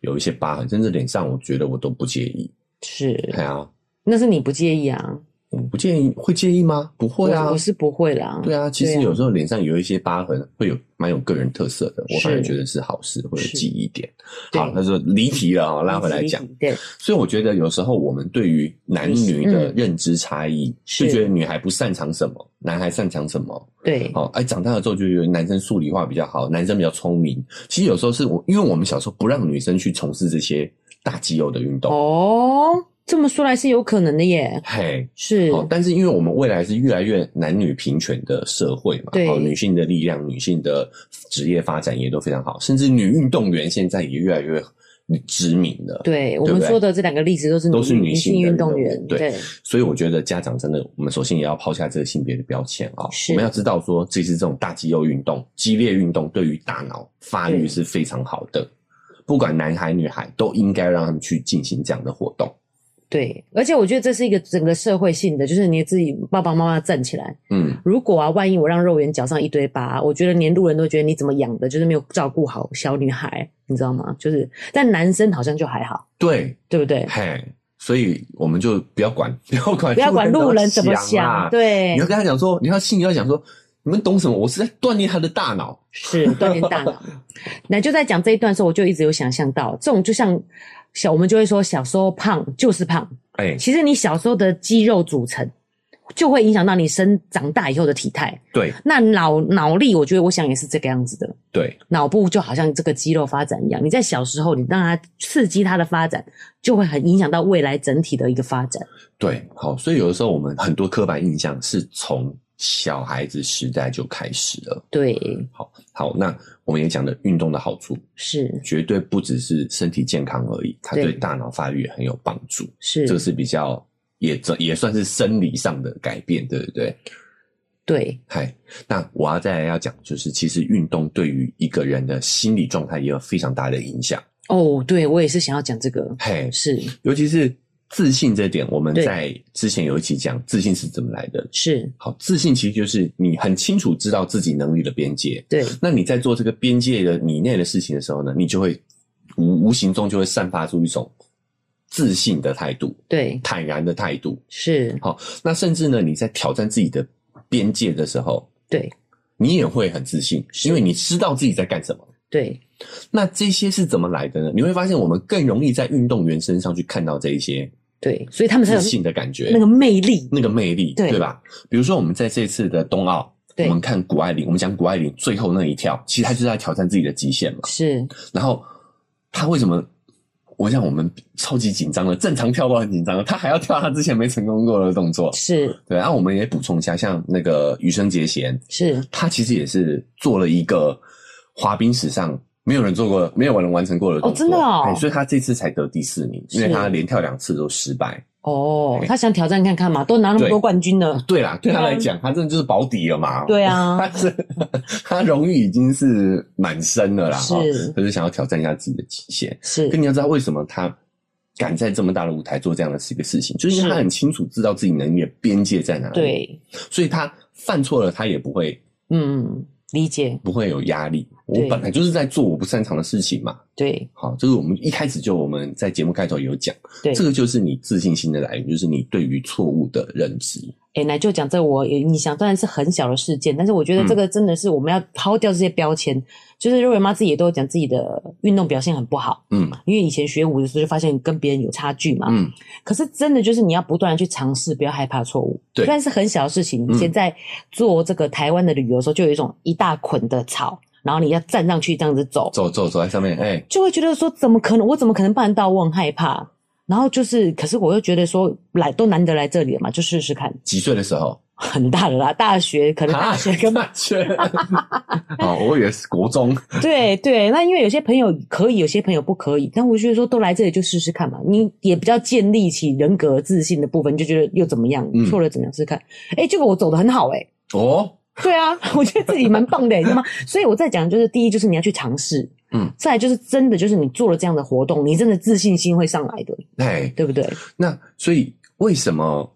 [SPEAKER 2] 有一些疤痕，甚至脸上，我觉得我都不介意。
[SPEAKER 1] 是，
[SPEAKER 2] 哎呀，
[SPEAKER 1] 那是你不介意啊，
[SPEAKER 2] 我不介意，会介意吗？不会啊
[SPEAKER 1] 我我，是不会啦，
[SPEAKER 2] 对啊，其实
[SPEAKER 1] 对啊
[SPEAKER 2] 有时候脸上有一些疤痕，会有蛮有个人特色的，我
[SPEAKER 1] 是
[SPEAKER 2] 反而觉得是好事或者记忆点。
[SPEAKER 1] 对
[SPEAKER 2] 好，他说离题了啊、哦，
[SPEAKER 1] 我
[SPEAKER 2] 拉回来讲。，
[SPEAKER 1] 对，
[SPEAKER 2] 所以我觉得有时候我们对于男女的认知差异，
[SPEAKER 1] 嗯是
[SPEAKER 2] 就觉得女孩不擅长什么，男孩擅长什么。
[SPEAKER 1] 对，
[SPEAKER 2] 哦，哎，长大了之后就觉得男生数理化比较好，男生比较聪明。其实有时候是我，因为我们小时候不让女生去从事这些大肌肉的运动，
[SPEAKER 1] 哦，这么说来是有可能的耶，
[SPEAKER 2] 嘿，
[SPEAKER 1] 是，
[SPEAKER 2] 哦，但是因为我们未来是越来越男女平权的社会嘛，
[SPEAKER 1] 对
[SPEAKER 2] 哦，女性的力量、女性的职业发展也都非常好，甚至女运动员现在也越来越知名了。，
[SPEAKER 1] 对我
[SPEAKER 2] 对不
[SPEAKER 1] 们
[SPEAKER 2] 对
[SPEAKER 1] 说的这两个例子都是
[SPEAKER 2] 都是女
[SPEAKER 1] 女
[SPEAKER 2] 性
[SPEAKER 1] 性
[SPEAKER 2] 的
[SPEAKER 1] 运动
[SPEAKER 2] 运
[SPEAKER 1] 员，
[SPEAKER 2] 动员
[SPEAKER 1] 对，
[SPEAKER 2] 所以我觉得家长真的，我们首先也要抛下这个性别的标签啊、
[SPEAKER 1] 是
[SPEAKER 2] 我们要知道说，其实这种大肌肉运动、激烈运动对于大脑发育
[SPEAKER 1] 对
[SPEAKER 2] 是非常好的，不管男孩女孩都应该让他们去进行这样的活动。
[SPEAKER 1] 对，而且我觉得这是一个整个社会性的，就是你自己爸爸妈妈站起来。
[SPEAKER 2] 嗯，
[SPEAKER 1] 如果啊，万一我让肉圆脚上一堆疤，我觉得连路人都觉得你怎么养的，就是没有照顾好小女孩，你知道吗？就是，但男生好像就还好，
[SPEAKER 2] 对，
[SPEAKER 1] 对不对？
[SPEAKER 2] 嘿，所以我们就不要管，不要管，
[SPEAKER 1] 不要管路
[SPEAKER 2] 啊
[SPEAKER 1] 人怎么
[SPEAKER 2] 啦
[SPEAKER 1] 想，对
[SPEAKER 2] 你要，跟他讲说，你要心里要想说，你们懂什么？我是在锻炼他的大脑。
[SPEAKER 1] 是 锻炼大脑。那就在讲这一段的时候，我就一直有想象到，这种就像小，我们就会说小时候胖就是胖，
[SPEAKER 2] 哎、
[SPEAKER 1] 其实你小时候的肌肉组成就会影响到你生长大以后的体态。
[SPEAKER 2] 对
[SPEAKER 1] 那脑脑力，我觉得我想也是这个样子的。
[SPEAKER 2] 对，
[SPEAKER 1] 脑部就好像这个肌肉发展一样，你在小时候你让它刺激它的发展，就会很影响到未来整体的一个发展。
[SPEAKER 2] 对，好，所以有的时候我们很多刻板印象是从小孩子时代就开始了。呃
[SPEAKER 1] 对，
[SPEAKER 2] 好好，那我们也讲了运动的好处，
[SPEAKER 1] 是
[SPEAKER 2] 绝对不只是身体健康而已，它
[SPEAKER 1] 对
[SPEAKER 2] 对大脑发育也很有帮助。
[SPEAKER 1] 是，
[SPEAKER 2] 这是比较也这也算是生理上的改变，对不对？
[SPEAKER 1] 对，
[SPEAKER 2] 嗨，那我要再来要讲，就是其实运动对于一个人的心理状态也有非常大的影响。
[SPEAKER 1] 哦，对我也是想要讲这个，
[SPEAKER 2] 嘿，
[SPEAKER 1] 是
[SPEAKER 2] 尤其是自信这点，我们
[SPEAKER 1] 对
[SPEAKER 2] 在之前有一期讲自信是怎么来的。
[SPEAKER 1] 是，
[SPEAKER 2] 好，自信其实就是你很清楚知道自己能力的边界。
[SPEAKER 1] 对，
[SPEAKER 2] 那你在做这个边界的以内的事情的时候呢，你就会无无形中就会散发出一种自信的态度、
[SPEAKER 1] 对，
[SPEAKER 2] 坦然的态度。
[SPEAKER 1] 是，
[SPEAKER 2] 好，那甚至呢，你在挑战自己的边界的时候，
[SPEAKER 1] 对，
[SPEAKER 2] 你也会很自信，因为你知道自己在干什么。
[SPEAKER 1] 对，
[SPEAKER 2] 那这些是怎么来的呢？你会发现，我们更容易在运动员身上去看到这一些
[SPEAKER 1] 对，所以他们才
[SPEAKER 2] 自
[SPEAKER 1] 有
[SPEAKER 2] 信的感觉，
[SPEAKER 1] 那个魅力。
[SPEAKER 2] 那个魅力，
[SPEAKER 1] 对
[SPEAKER 2] 对吧？比如说，我们在这次的冬奥，我
[SPEAKER 1] 对
[SPEAKER 2] 们看谷爱凌，我们讲谷爱凌最后那一跳，其实她就是在挑战自己的极限嘛。
[SPEAKER 1] 是，
[SPEAKER 2] 然后她为什么？我想我们超级紧张了，正常跳都很紧张了，她还要跳她之前没成功过的动作。
[SPEAKER 1] 是，
[SPEAKER 2] 对，然、后我们也补充一下，像那个羽生结弦，
[SPEAKER 1] 是，
[SPEAKER 2] 他其实也是做了一个滑冰史上没有人做过、没有人完成过的
[SPEAKER 1] 哦
[SPEAKER 2] 动作，
[SPEAKER 1] 真的哦
[SPEAKER 2] 哎所以他这次才得第四名，因为
[SPEAKER 1] 是
[SPEAKER 2] 他连跳两次都失败。
[SPEAKER 1] 哦，他想挑战看看嘛，都拿那么多
[SPEAKER 2] 对
[SPEAKER 1] 冠军 了，
[SPEAKER 2] 对啦，对他
[SPEAKER 1] 对啊
[SPEAKER 2] 来讲，他真的就是保底了嘛。
[SPEAKER 1] 对 啊，
[SPEAKER 2] 他是他荣誉已经是满身了啦，
[SPEAKER 1] 是
[SPEAKER 2] 哦他就想要挑战一下自己的极限。
[SPEAKER 1] 是
[SPEAKER 2] 可，你要知道为什么他敢在这么大的舞台做这样的一个事情，就是因为
[SPEAKER 1] 是
[SPEAKER 2] 他很清楚知道自己能力的边界在哪里，，
[SPEAKER 1] 对，
[SPEAKER 2] 所以他犯错了，他也不会
[SPEAKER 1] 嗯，理解，
[SPEAKER 2] 不会有压力。我
[SPEAKER 1] 对
[SPEAKER 2] 本来就是在做我不擅长的事情嘛。
[SPEAKER 1] 对，
[SPEAKER 2] 好，就是我们一开始就我们在节目开头有讲，
[SPEAKER 1] 对
[SPEAKER 2] 这。个就是你自信心的来源，就是你对于错误的认知。
[SPEAKER 1] 哎，奶就讲这我有印象，虽然是很小的事件，但是我觉得这
[SPEAKER 2] 嗯
[SPEAKER 1] 个真的是我们要抛掉这些标签。就是瑞瑞妈自己也都有讲自己的运动表现很不好，
[SPEAKER 2] 嗯
[SPEAKER 1] 因为以前学舞的时候就发现跟别人有差距嘛。
[SPEAKER 2] 嗯，
[SPEAKER 1] 可是真的就是你要不断的去尝试，不要害怕错误。
[SPEAKER 2] 对
[SPEAKER 1] 虽然是很小的事情。
[SPEAKER 2] 嗯
[SPEAKER 1] 以前在做这个台湾的旅游的时候，就有一种一大捆的草，然后你要站上去这样子走，
[SPEAKER 2] 走走走在上面，哎、
[SPEAKER 1] 就会觉得说怎么可能？我怎么可能办得到？我很害怕。然后就是，可是我又觉得说来都难得来这里了嘛，就试试看。
[SPEAKER 2] 几岁的时候？
[SPEAKER 1] 很大的啦，大学 可能大学跟、
[SPEAKER 2] 啊大学。 哦，我以为是国中。
[SPEAKER 1] 对对，那因为有些朋友可以，有些朋友不可以，但我就觉得说都来这里就试试看嘛，你也比较建立起人格自信的部分，你就觉得又怎么样，
[SPEAKER 2] 嗯
[SPEAKER 1] 错了怎么样试试看，哎、结果我走的很好哎、诶
[SPEAKER 2] 哦，
[SPEAKER 1] 对啊，我觉得自己蛮棒的、你 知道吗？所以我在讲，就是第一就是你要去尝试，
[SPEAKER 2] 嗯，
[SPEAKER 1] 再来就是真的就是你做了这样的活动，你真的自信心会上来的，
[SPEAKER 2] 哎，
[SPEAKER 1] 对不对？
[SPEAKER 2] 那所以为什么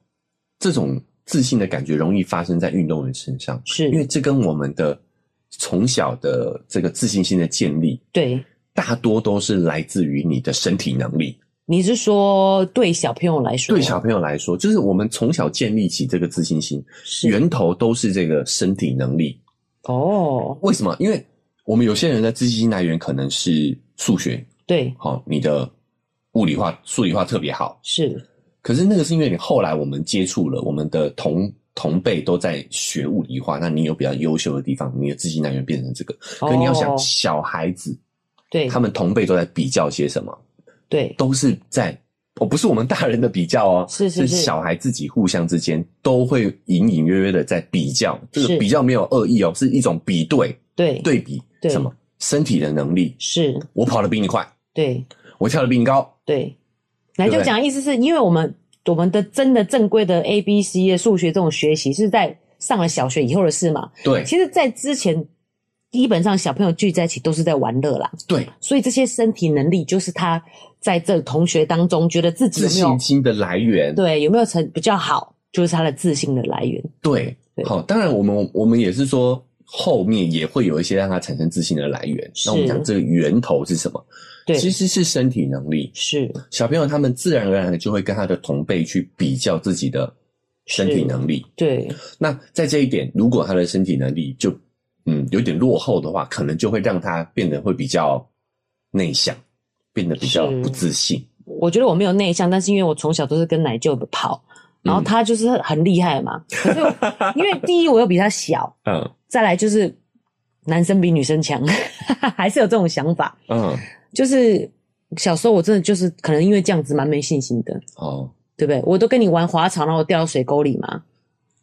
[SPEAKER 2] 这种自信的感觉容易发生在运动员身上？因为
[SPEAKER 1] 是，
[SPEAKER 2] 这跟我们的从小的这个自信心的建立，
[SPEAKER 1] 对，
[SPEAKER 2] 大多都是来自于你的身体能力。
[SPEAKER 1] 你是说对小朋友来说，
[SPEAKER 2] 对小朋友来说，就是我们从小建立起这个自信心，
[SPEAKER 1] 是
[SPEAKER 2] 源头都是这个身体能力。
[SPEAKER 1] 哦，
[SPEAKER 2] 为什么？因为我们有些人的自信心来源可能是数学，
[SPEAKER 1] 对，
[SPEAKER 2] 好、你的物理化、数理化特别好，
[SPEAKER 1] 是
[SPEAKER 2] 可是那个是因为你后来我们接触了我们的同。同辈都在学物理化，那你有比较优秀的地方，你的自信来源变成这个。可你要想，
[SPEAKER 1] 哦
[SPEAKER 2] 小孩子
[SPEAKER 1] 对
[SPEAKER 2] 他们同辈都在比较些什么，
[SPEAKER 1] 对。
[SPEAKER 2] 都是在哦，不是我们大人的比较哦，
[SPEAKER 1] 是是是
[SPEAKER 2] 小孩自己互相之间都会隐隐约约的在比较，这
[SPEAKER 1] 是
[SPEAKER 2] 个比较没有恶意哦，是一种比对
[SPEAKER 1] 对
[SPEAKER 2] 对比
[SPEAKER 1] 对
[SPEAKER 2] 什么身体的能力，
[SPEAKER 1] 是，
[SPEAKER 2] 我跑得比你快，
[SPEAKER 1] 对
[SPEAKER 2] 我跳得比你高，
[SPEAKER 1] 对。来
[SPEAKER 2] 对
[SPEAKER 1] 就
[SPEAKER 2] 不对
[SPEAKER 1] 讲意思是因为我们我们的真的正规的 A B C 的数学这种学习是在上了小学以后的事嘛？
[SPEAKER 2] 对
[SPEAKER 1] 其实，在之前基本上小朋友聚在一起都是在玩乐啦，
[SPEAKER 2] 对，
[SPEAKER 1] 所以这些身体能力就是他在这同学当中觉得自己
[SPEAKER 2] 自
[SPEAKER 1] 有没有
[SPEAKER 2] 信心的来源，
[SPEAKER 1] 对有没有成比较好，就是他的自信的来源。
[SPEAKER 2] 对
[SPEAKER 1] 对
[SPEAKER 2] 好，当然我们我们也是说。后面也会有一些让他产生自信的来源。
[SPEAKER 1] 是
[SPEAKER 2] 那我们讲这个源头是什么？
[SPEAKER 1] 对，
[SPEAKER 2] 其实是身体能力。
[SPEAKER 1] 是
[SPEAKER 2] 小朋友他们自然而然的就会跟他的同辈去比较自己的身体能力。
[SPEAKER 1] 对
[SPEAKER 2] 那在这一点，如果他的身体能力就嗯有点落后的话，可能就会让他变得会比较内向，变得比较
[SPEAKER 1] 是
[SPEAKER 2] 不自信。
[SPEAKER 1] 我觉得我没有内向，但是因为我从小都是跟奶舅跑，然后
[SPEAKER 2] 嗯
[SPEAKER 1] 他就是很厉害嘛。可是我因为第一我又比他小，
[SPEAKER 2] 嗯
[SPEAKER 1] 再来就是男生比女生强， 还是有这种想法。
[SPEAKER 2] 嗯
[SPEAKER 1] 就是小时候我真的就是可能因为这样子蛮没信心的，
[SPEAKER 2] 哦，
[SPEAKER 1] 对不对？我都跟你玩滑草，然后我掉到水沟里嘛，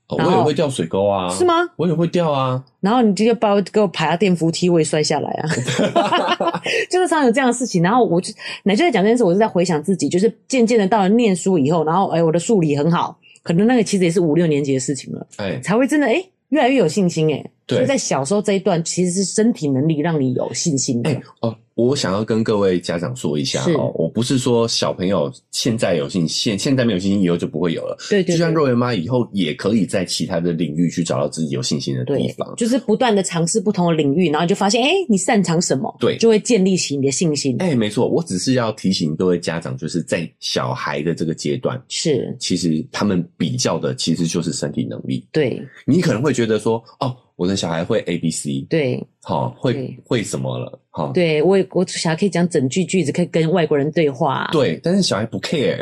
[SPEAKER 2] 哦
[SPEAKER 1] 然
[SPEAKER 2] 我
[SPEAKER 1] 后
[SPEAKER 2] 也会掉水沟啊，
[SPEAKER 1] 是？吗？
[SPEAKER 2] 我也会掉啊，
[SPEAKER 1] 然后你就把我给我爬到电扶梯，我也摔下来 啊， 就是常有这样的事情。然后我就奶就在讲这件事，我是在回想自己，就是渐渐的到了念书以后，然后哎，我的数理很好，可能那个其实也是五六年级的事情了，
[SPEAKER 2] 哎，
[SPEAKER 1] 才会真的哎越来越有信心哎。所
[SPEAKER 2] 对
[SPEAKER 1] 以，在小时候这一段，其实是身体能力让你有信心的。
[SPEAKER 2] 哎、哦，我想要跟各位家长说一下
[SPEAKER 1] 嗯是
[SPEAKER 2] 哦，我不是说小朋友现在有信心，现现在没有信心，以后就不会有了。
[SPEAKER 1] 对对
[SPEAKER 2] 就像
[SPEAKER 1] 对
[SPEAKER 2] 肉圆妈以后也可以在其他的领域去找到自己有信心的地
[SPEAKER 1] 对
[SPEAKER 2] 方，。
[SPEAKER 1] 就是不断的尝试不同的领域，然后你就发现，哎、你擅长什么，
[SPEAKER 2] 对
[SPEAKER 1] 就会建立起你的信心。
[SPEAKER 2] 哎、没错，我只是要提醒各位家长，就是在小孩的这个阶段，
[SPEAKER 1] 是，
[SPEAKER 2] 其实他们比较的其实就是身体能力。
[SPEAKER 1] 对
[SPEAKER 2] 你可能会觉得说，哦，我的小孩会 A B C，
[SPEAKER 1] 对
[SPEAKER 2] 好、会
[SPEAKER 1] 对
[SPEAKER 2] 会什么了，好、
[SPEAKER 1] 对，我也我小孩可以讲整句句子，可以跟外国人对话、啊。
[SPEAKER 2] 对，但是小孩不 care，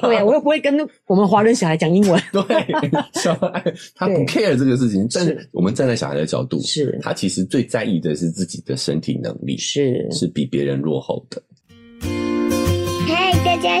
[SPEAKER 1] 对啊，我又不会跟我们华人小孩讲英 文。
[SPEAKER 2] 对，小孩他不
[SPEAKER 1] 对
[SPEAKER 2] care 这个事情，但
[SPEAKER 1] 是
[SPEAKER 2] 我们站在小孩的角度，
[SPEAKER 1] 是
[SPEAKER 2] 他其实最在意的是自己的身体能力
[SPEAKER 1] 是，
[SPEAKER 2] 是比别人落后的。
[SPEAKER 3] 嗨，大家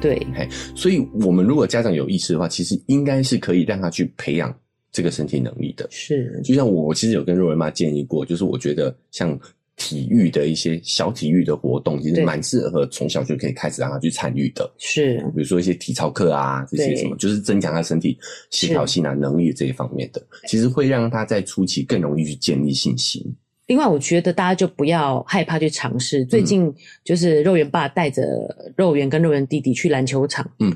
[SPEAKER 1] 对，
[SPEAKER 2] 所以，我们如果家长有意识的话，其实应该是可以让他去培养这个身体能力的。
[SPEAKER 1] 是
[SPEAKER 2] 就像我，我其实有跟若文妈建议过，就是我觉得像体育的一些小体育的活动，其实
[SPEAKER 1] 对
[SPEAKER 2] 蛮适合从小就可以开始让他去参与的，
[SPEAKER 1] 是
[SPEAKER 2] 比如说一些体操课啊，这些
[SPEAKER 1] 对
[SPEAKER 2] 什么，就是增强他身体协调性啊、能力这一方面的，其实会让他在初期更容易去建立信心。
[SPEAKER 1] 另外，我觉得大家就不要害怕去尝
[SPEAKER 2] 嗯
[SPEAKER 1] 试。最近就是肉圆爸带着肉圆跟肉圆弟弟去篮球场，
[SPEAKER 2] 嗯，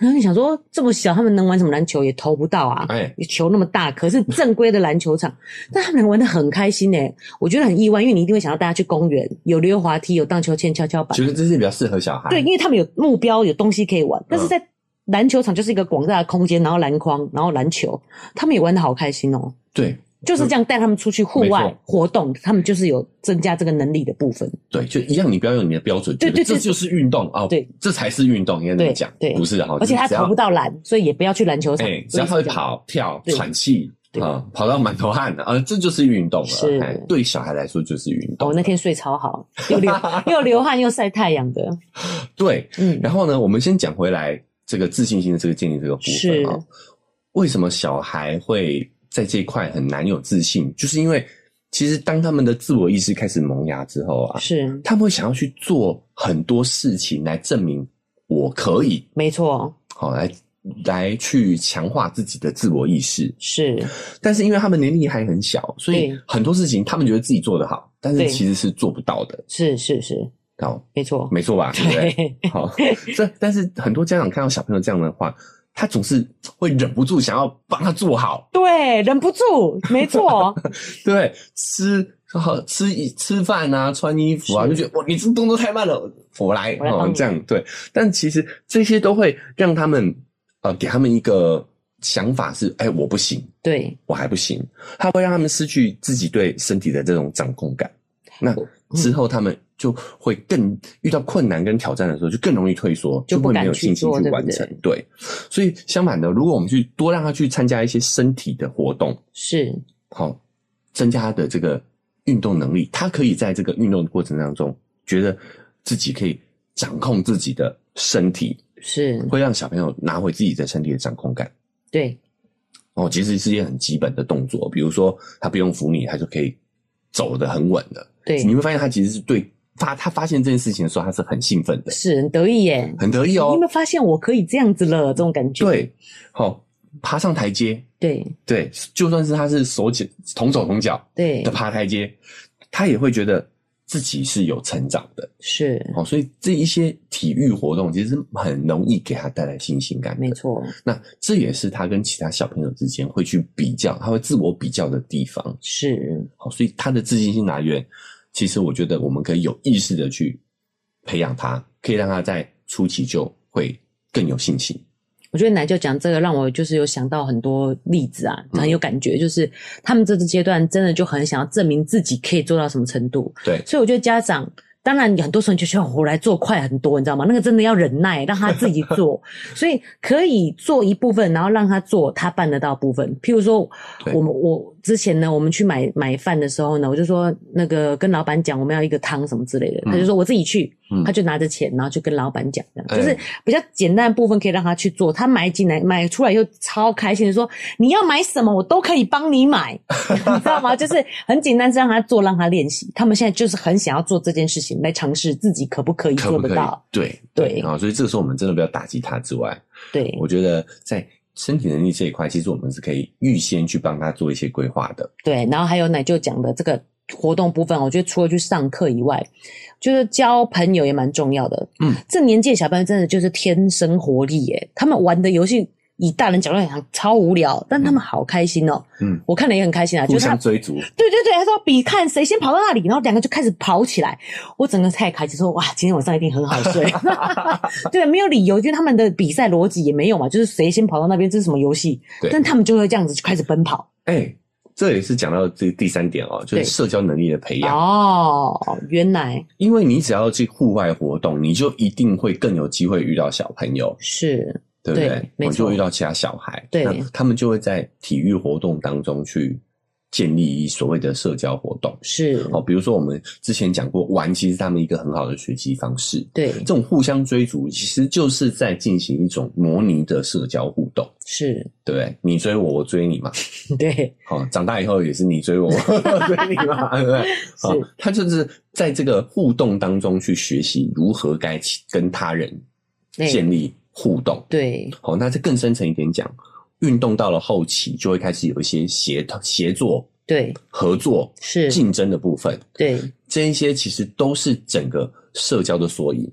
[SPEAKER 1] 然后你想说这么小他们能玩什么篮球，也投不到啊，
[SPEAKER 2] 哎，
[SPEAKER 1] 球那么大，可是正规的篮球场，
[SPEAKER 2] 嗯
[SPEAKER 1] 但他们玩的很开心诶、我觉得很意外，因为你一定会想要带他去公园，有溜滑梯，有荡秋千、跷跷板
[SPEAKER 2] 觉，得这是比较适合小孩。
[SPEAKER 1] 对，因为他们有目标，有东西可以玩。但是
[SPEAKER 2] 嗯
[SPEAKER 1] 在篮球场就是一个广大的空间，然后篮筐，然后篮球，他们也玩的好开心哦、
[SPEAKER 2] 对
[SPEAKER 1] 就是这样带他们出去户
[SPEAKER 2] 没
[SPEAKER 1] 外
[SPEAKER 2] 错
[SPEAKER 1] 活动，他们就是有增加这个能力的部分。
[SPEAKER 2] 对，就一样，你不要用你的标准，
[SPEAKER 1] 对
[SPEAKER 2] 觉得
[SPEAKER 1] 对对
[SPEAKER 2] 这就是运动啊，
[SPEAKER 1] 对，
[SPEAKER 2] 这才是运动，应该这么
[SPEAKER 1] 对
[SPEAKER 2] 讲，
[SPEAKER 1] 对
[SPEAKER 2] 不是哈？
[SPEAKER 1] 而且他
[SPEAKER 2] 哦就是只要
[SPEAKER 1] 投不到篮，所以也不要去篮球场。
[SPEAKER 2] 哎，只要他会跑、跳、
[SPEAKER 1] 对
[SPEAKER 2] 喘气
[SPEAKER 1] 对
[SPEAKER 2] 啊、跑到满头汗的啊，这就是运动
[SPEAKER 1] 是
[SPEAKER 2] 了。哎，对小孩来说就是运
[SPEAKER 1] 我、
[SPEAKER 2] 动
[SPEAKER 1] 哦、
[SPEAKER 2] 了。
[SPEAKER 1] 那天睡超好， 又流又流汗又晒太阳的，
[SPEAKER 2] 对，
[SPEAKER 1] 嗯，
[SPEAKER 2] 然后呢，我们先讲回来这个自信心的这个建立这个部分
[SPEAKER 1] 是
[SPEAKER 2] 啊、为什么小孩会在这一块很难有自信？就是因为其实当他们的自我意识开始萌芽之后啊，
[SPEAKER 1] 嗯是
[SPEAKER 2] 他们会想要去做很多事情来证明我可以，
[SPEAKER 1] 没错，
[SPEAKER 2] 好、来来去强化自己的自我意识。
[SPEAKER 1] 是
[SPEAKER 2] 但是因为他们年龄还很小，所以
[SPEAKER 1] 对
[SPEAKER 2] 很多事情他们觉得自己做得好，但是
[SPEAKER 1] 对
[SPEAKER 2] 其实是做不到的。
[SPEAKER 1] 是是是，
[SPEAKER 2] 好，
[SPEAKER 1] 没错，
[SPEAKER 2] 没错吧？对不对？
[SPEAKER 1] 对，
[SPEAKER 2] 好，这但是很多家长看到小朋友这样的话，他总是会忍不住想要帮他做好，
[SPEAKER 1] 对，忍不住，没 错，
[SPEAKER 2] 对不对？吃。好吃一吃饭啊，穿衣服啊，
[SPEAKER 1] 是
[SPEAKER 2] 就觉得哇，你这动作太慢了，我来
[SPEAKER 1] 我来帮
[SPEAKER 2] 哦
[SPEAKER 1] 你，
[SPEAKER 2] 这样对。但其实这些都会让他们呃，给他们一个想法是，哎、我不行，
[SPEAKER 1] 对，
[SPEAKER 2] 我还不行，它会让他们失去自己对身体的这种掌控感。那
[SPEAKER 1] 嗯
[SPEAKER 2] 之后他们就会更遇到困难跟挑战的时候，就更容易退缩，
[SPEAKER 1] 就
[SPEAKER 2] 就
[SPEAKER 1] 不
[SPEAKER 2] 会
[SPEAKER 1] 敢
[SPEAKER 2] 没有信心
[SPEAKER 1] 去做
[SPEAKER 2] 去完成。
[SPEAKER 1] 对
[SPEAKER 2] 对，所以相反的，如果我们去多让他去参加一些身体的活动，
[SPEAKER 1] 是
[SPEAKER 2] 好、增加他的这个运动能力，他可以在这个运动的过程当中，觉得自己可以掌控自己的身体，
[SPEAKER 1] 是，
[SPEAKER 2] 会让小朋友拿回自己的身体的掌控感。
[SPEAKER 1] 对，
[SPEAKER 2] 哦，其实是一件很基本的动作，比如说他不用扶你，他就可以走得很稳了。
[SPEAKER 1] 对
[SPEAKER 2] 你会发现他其实是对发他发现这件事情的时候，他是很兴奋的，
[SPEAKER 1] 是很得意耶。
[SPEAKER 2] 很得
[SPEAKER 1] 你
[SPEAKER 2] 意
[SPEAKER 1] 有
[SPEAKER 2] 哦
[SPEAKER 1] 没。有发现我可以这样子了？这种感觉，
[SPEAKER 2] 对，好、爬上台阶，
[SPEAKER 1] 对
[SPEAKER 2] 对，就算是他是手脚同手同脚
[SPEAKER 1] 对
[SPEAKER 2] 的，爬台阶，他也会觉得自己是有成长的。
[SPEAKER 1] 是
[SPEAKER 2] 哦，所以这一些体育活动其实是很容易给他带来信心感的。
[SPEAKER 1] 没错，
[SPEAKER 2] 那这也是他跟其他小朋友之间会去比较，他会自我比较的地方。
[SPEAKER 1] 是
[SPEAKER 2] 好，所以他的自信心来源，其实我觉得我们可以有意识的去培养他，可以让他在初期就会更有信心。
[SPEAKER 1] 我觉得奶就讲这个，让我就是有想到很多例子啊，很有感觉。就是他们这个阶段真的就很想要证明自己可以做到什么程度，
[SPEAKER 2] 对
[SPEAKER 1] 所以我觉得家长。当然，很多时候你就觉得我来做快很多，你知道吗？那个真的要忍耐，让他自己做。所以可以做一部分，然后让他做他办得到部分。譬如说，
[SPEAKER 2] 对
[SPEAKER 1] 我们我之前呢，我们去买买饭的时候呢，我就说那个跟老板讲我们要一个汤什么之类的，
[SPEAKER 2] 嗯
[SPEAKER 1] 他就说我自己去，
[SPEAKER 2] 嗯
[SPEAKER 1] 他就拿着钱，然后就跟老板讲，这样
[SPEAKER 2] 哎
[SPEAKER 1] 就是比较简单的部分可以让他去做。他买进来买出来又超开心的说你要买什么我都可以帮你 买，你知道吗？就是很简单，让他做，让他练习。他们现在就是很想要做这件事情，来尝试自己可不可以
[SPEAKER 2] 可
[SPEAKER 1] 做
[SPEAKER 2] 不
[SPEAKER 1] 得
[SPEAKER 2] 可以
[SPEAKER 1] 到。？
[SPEAKER 2] 对
[SPEAKER 1] 对
[SPEAKER 2] 啊、所以这个时候我们真的不要打击他之外，
[SPEAKER 1] 对，
[SPEAKER 2] 我觉得在身体能力这一块，其实我们是可以预先去帮他做一些规划的。
[SPEAKER 1] 对，然后还有奶舅讲的这个活动部分，我觉得除了去上课以外，就是交朋友也蛮重要的。
[SPEAKER 2] 嗯，
[SPEAKER 1] 这年纪的小朋友真的就是天生活力耶，他们玩的游戏以大人角度来讲超无聊，但他们好开心哦。
[SPEAKER 2] 嗯，
[SPEAKER 1] 我看了也很开心啊，就
[SPEAKER 2] 互
[SPEAKER 1] 是他
[SPEAKER 2] 相。追逐，
[SPEAKER 1] 对对对，他说比看谁先跑到那里，然后两个就开始跑起来。我整个太开心，说哇，今天晚上一定很好 睡。 对，没有理由，因为他们的比赛逻辑也没有嘛，就是谁先跑到那边，这是什么游戏？
[SPEAKER 2] 对
[SPEAKER 1] 但他们就会这样子就开始奔跑。
[SPEAKER 2] 哎、这也是讲到这第三点哦，就
[SPEAKER 1] 对
[SPEAKER 2] 是社交能力的培养。
[SPEAKER 1] 哦，原来
[SPEAKER 2] 因为你只要去户外活动，你就一定会更有机会遇到小朋友，
[SPEAKER 1] 是，
[SPEAKER 2] 对不对？
[SPEAKER 1] 对没
[SPEAKER 2] 我
[SPEAKER 1] 错
[SPEAKER 2] 就会遇到其他小孩，
[SPEAKER 1] 对
[SPEAKER 2] 那他们就会在体育活动当中去建立所谓的社交活动。
[SPEAKER 1] 是，
[SPEAKER 2] 哦，比如说我们之前讲过，玩其实是他们一个很好的学习方式。
[SPEAKER 1] 对，
[SPEAKER 2] 这种互相追逐，其实就是在进行一种模拟的社交互动，
[SPEAKER 1] 是，
[SPEAKER 2] 对不对？你追我，我追你嘛。
[SPEAKER 1] 对，
[SPEAKER 2] 好、长大以后也是你追我， 我追你嘛，对不对？好、
[SPEAKER 1] 是
[SPEAKER 2] 他就是在这个互动当中去学习如何该跟他人
[SPEAKER 1] 哎
[SPEAKER 2] 建立互动。
[SPEAKER 1] 对，
[SPEAKER 2] 好、哦那这更深层一点讲，运动到了后期就会开始有一些协同、协作、
[SPEAKER 1] 对，
[SPEAKER 2] 合作、
[SPEAKER 1] 是，
[SPEAKER 2] 竞争的部分。
[SPEAKER 1] 对，
[SPEAKER 2] 这一些其实都是整个社交的缩影。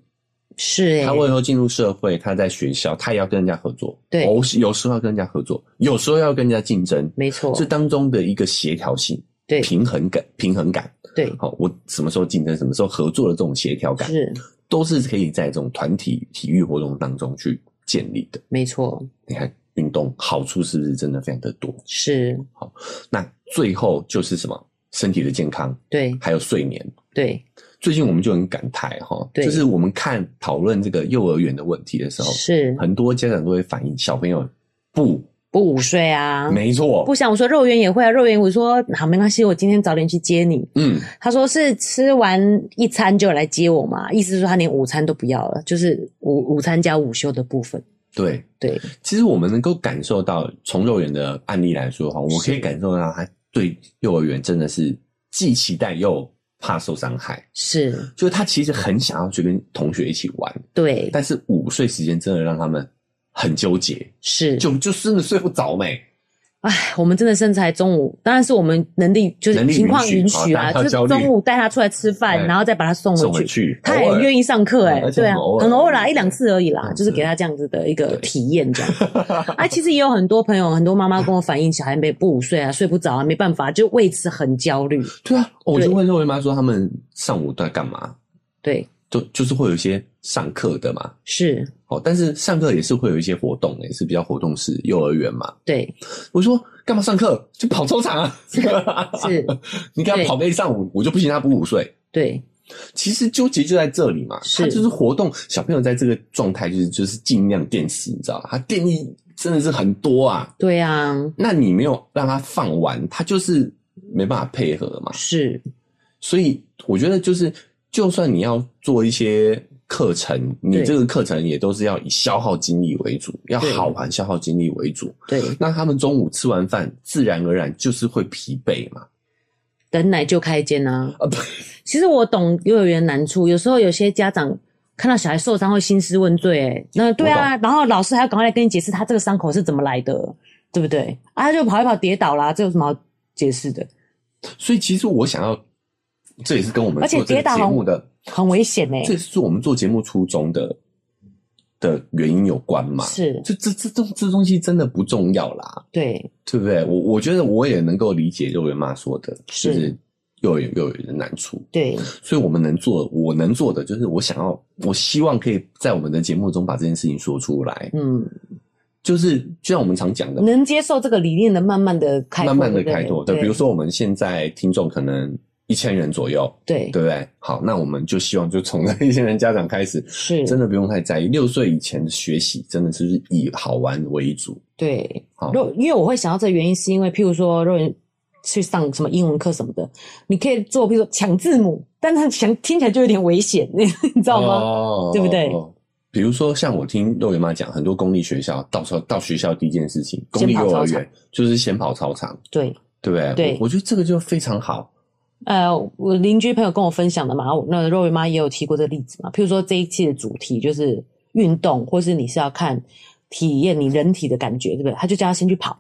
[SPEAKER 1] 是，哎
[SPEAKER 2] 他，为了进入社会，他在学校，他也要跟人家合作，
[SPEAKER 1] 对
[SPEAKER 2] 有时有时候要跟人家合作，有时候要跟人家竞争，
[SPEAKER 1] 没错，
[SPEAKER 2] 这当中的一个协调性、
[SPEAKER 1] 对，
[SPEAKER 2] 平衡感、平衡感。
[SPEAKER 1] 对，
[SPEAKER 2] 好、我什么时候竞争，什么时候合作的这种协调感，
[SPEAKER 1] 是，
[SPEAKER 2] 都是可以在这种团体体育活动当中去建立的。
[SPEAKER 1] 没错，
[SPEAKER 2] 你看，运动好处是不是真的非常的多？
[SPEAKER 1] 是，
[SPEAKER 2] 那最后就是什么？身体的健康，
[SPEAKER 1] 对，
[SPEAKER 2] 还有睡眠。
[SPEAKER 1] 对，
[SPEAKER 2] 最近我们就很感慨哈，
[SPEAKER 1] 对
[SPEAKER 2] 就是我们看讨论这个幼儿园的问题的时候，
[SPEAKER 1] 是，
[SPEAKER 2] 很多家长都会反映小朋友不，
[SPEAKER 1] 不午睡啊。
[SPEAKER 2] 没错
[SPEAKER 1] 不，想我说肉圆也会啊，肉圆我说好没关系，我今天早点去接你。
[SPEAKER 2] 嗯，
[SPEAKER 1] 他说是吃完一餐就来接我嘛，意思是说他连午餐都不要了，就是午午餐加午休的部分。
[SPEAKER 2] 对。
[SPEAKER 1] 对，
[SPEAKER 2] 其实我们能够感受到，从幼儿园的案例来说哈，我们可以感受到他对幼儿园真的是既期待又怕受伤害，
[SPEAKER 1] 是，
[SPEAKER 2] 就是他其实很想要去跟同学一起玩，
[SPEAKER 1] 对，
[SPEAKER 2] 但是午睡时间真的让他们很纠结，
[SPEAKER 1] 是，
[SPEAKER 2] 就就真的睡不着没、
[SPEAKER 1] 唉，我们真的身材中午，当然是我们能力就是
[SPEAKER 2] 能力
[SPEAKER 1] 情况允
[SPEAKER 2] 允许
[SPEAKER 1] 许啊，
[SPEAKER 2] 好
[SPEAKER 1] 就
[SPEAKER 2] 大家
[SPEAKER 1] 是
[SPEAKER 2] 焦虑
[SPEAKER 1] 中午带他出来吃饭，
[SPEAKER 2] 哎
[SPEAKER 1] 然后再把他送
[SPEAKER 2] 送
[SPEAKER 1] 回
[SPEAKER 2] 回
[SPEAKER 1] 去。
[SPEAKER 2] 去，
[SPEAKER 1] 他
[SPEAKER 2] 偶
[SPEAKER 1] 也
[SPEAKER 2] 尔
[SPEAKER 1] 愿意上课哎、
[SPEAKER 2] 嗯而且
[SPEAKER 1] 对啊
[SPEAKER 2] 很偶，尔
[SPEAKER 1] 很偶尔啦，
[SPEAKER 2] 对
[SPEAKER 1] 一两次而已啦，
[SPEAKER 2] 嗯
[SPEAKER 1] 就是给他这样子的一个
[SPEAKER 2] 对
[SPEAKER 1] 体验 这样。啊，其实也有很多朋友，很多妈妈跟我反映，小孩没不午睡啊，睡不着啊，没办法，就为此很焦虑。
[SPEAKER 2] 对啊，我
[SPEAKER 1] 对
[SPEAKER 2] 就问肉圆妈说他们上午都在干嘛，
[SPEAKER 1] 对，
[SPEAKER 2] 就就是会有一些上课的嘛，
[SPEAKER 1] 是，
[SPEAKER 2] 哦，但是上课也是会有一些活动，欸也是比较活动式幼儿园嘛。
[SPEAKER 1] 对，
[SPEAKER 2] 我说干嘛上课？就跑操场啊！
[SPEAKER 1] 是，
[SPEAKER 2] 你给他
[SPEAKER 1] 对
[SPEAKER 2] 跑个一上午，我就不行，他不午睡。
[SPEAKER 1] 对，
[SPEAKER 2] 其实纠结就在这里嘛，
[SPEAKER 1] 是
[SPEAKER 2] 他就是活动小朋友在这个状态，就是就是尽量电池，你知道吧？他电力真的是很多啊。
[SPEAKER 1] 对啊，
[SPEAKER 2] 那你没有让他放完，他就是没办法配合嘛。
[SPEAKER 1] 是，
[SPEAKER 2] 所以我觉得就是，就算你要做一些课程，你
[SPEAKER 1] 对
[SPEAKER 2] 这个课程也都是要以消耗精力为主，要
[SPEAKER 1] 对
[SPEAKER 2] 好玩、消耗精力为主。
[SPEAKER 1] 对。
[SPEAKER 2] 那他们中午吃完饭，自然而然就是会疲惫嘛。
[SPEAKER 1] 等奶就开间啊，
[SPEAKER 2] 啊，不，
[SPEAKER 1] 其实我懂幼儿园难处，有时候有些家长看到小孩受伤会兴师问罪、哎，那对啊，然后老师还要赶快来跟你解释他这个伤口是怎么来的，对不对？啊，他就跑一跑跌倒啦，这有什么好解释的？
[SPEAKER 2] 所以其实我想要，这也是跟我们
[SPEAKER 1] 而且
[SPEAKER 2] 做这
[SPEAKER 1] 跌
[SPEAKER 2] 个
[SPEAKER 1] 倒
[SPEAKER 2] 节目的，
[SPEAKER 1] 很危险哎、
[SPEAKER 2] 这也是我们做节目初衷的的原因有关嘛。
[SPEAKER 1] 是，
[SPEAKER 2] 就这这这这东西真的不重要啦。
[SPEAKER 1] 对，
[SPEAKER 2] 对不对？我我觉得我也能够理解幼儿园妈说的，
[SPEAKER 1] 是
[SPEAKER 2] 就是幼儿园幼儿园的难处，
[SPEAKER 1] 对，
[SPEAKER 2] 所以我们能做，我能做的就是我想要，我希望可以在我们的节目中把这件事情说出来，
[SPEAKER 1] 嗯，
[SPEAKER 2] 就是就像我们常讲的，
[SPEAKER 1] 能接受这个理念的，慢慢的开拓，
[SPEAKER 2] 慢慢
[SPEAKER 1] 对
[SPEAKER 2] 的
[SPEAKER 1] 不对
[SPEAKER 2] 开拓。对，比如，说我们现在听众可能一千人左右，
[SPEAKER 1] 对，
[SPEAKER 2] 对不对？好，那我们就希望就从这一千人家长开始，
[SPEAKER 1] 是，
[SPEAKER 2] 真的不用太在意。六岁以前的学习真的就是以好玩为主。
[SPEAKER 1] 对。
[SPEAKER 2] 好，
[SPEAKER 1] 若因为我会想到这个原因，是因为譬如说，若人去上什么英文课什么的，你可以做，譬如说抢字母，但是抢听起来就有点危险， 你你知道吗？
[SPEAKER 2] 哦
[SPEAKER 1] 对不对？
[SPEAKER 2] 比如说，像我听肉圆妈讲，很多公立学校到时候到学校第一件事情，公
[SPEAKER 1] 先
[SPEAKER 2] 立
[SPEAKER 1] 跑
[SPEAKER 2] 幼
[SPEAKER 1] 操
[SPEAKER 2] 儿
[SPEAKER 1] 场
[SPEAKER 2] 园就是先跑操场，
[SPEAKER 1] 对，
[SPEAKER 2] 对不对？
[SPEAKER 1] 对
[SPEAKER 2] 我我觉得这个就非常好。
[SPEAKER 1] 呃，我邻居朋友跟我分享的嘛，我那肉圆妈也有提过这个例子嘛。譬如说这一期的主题就是运动，或是你是要看体验你人体的感觉，对不对？他就叫他先去跑，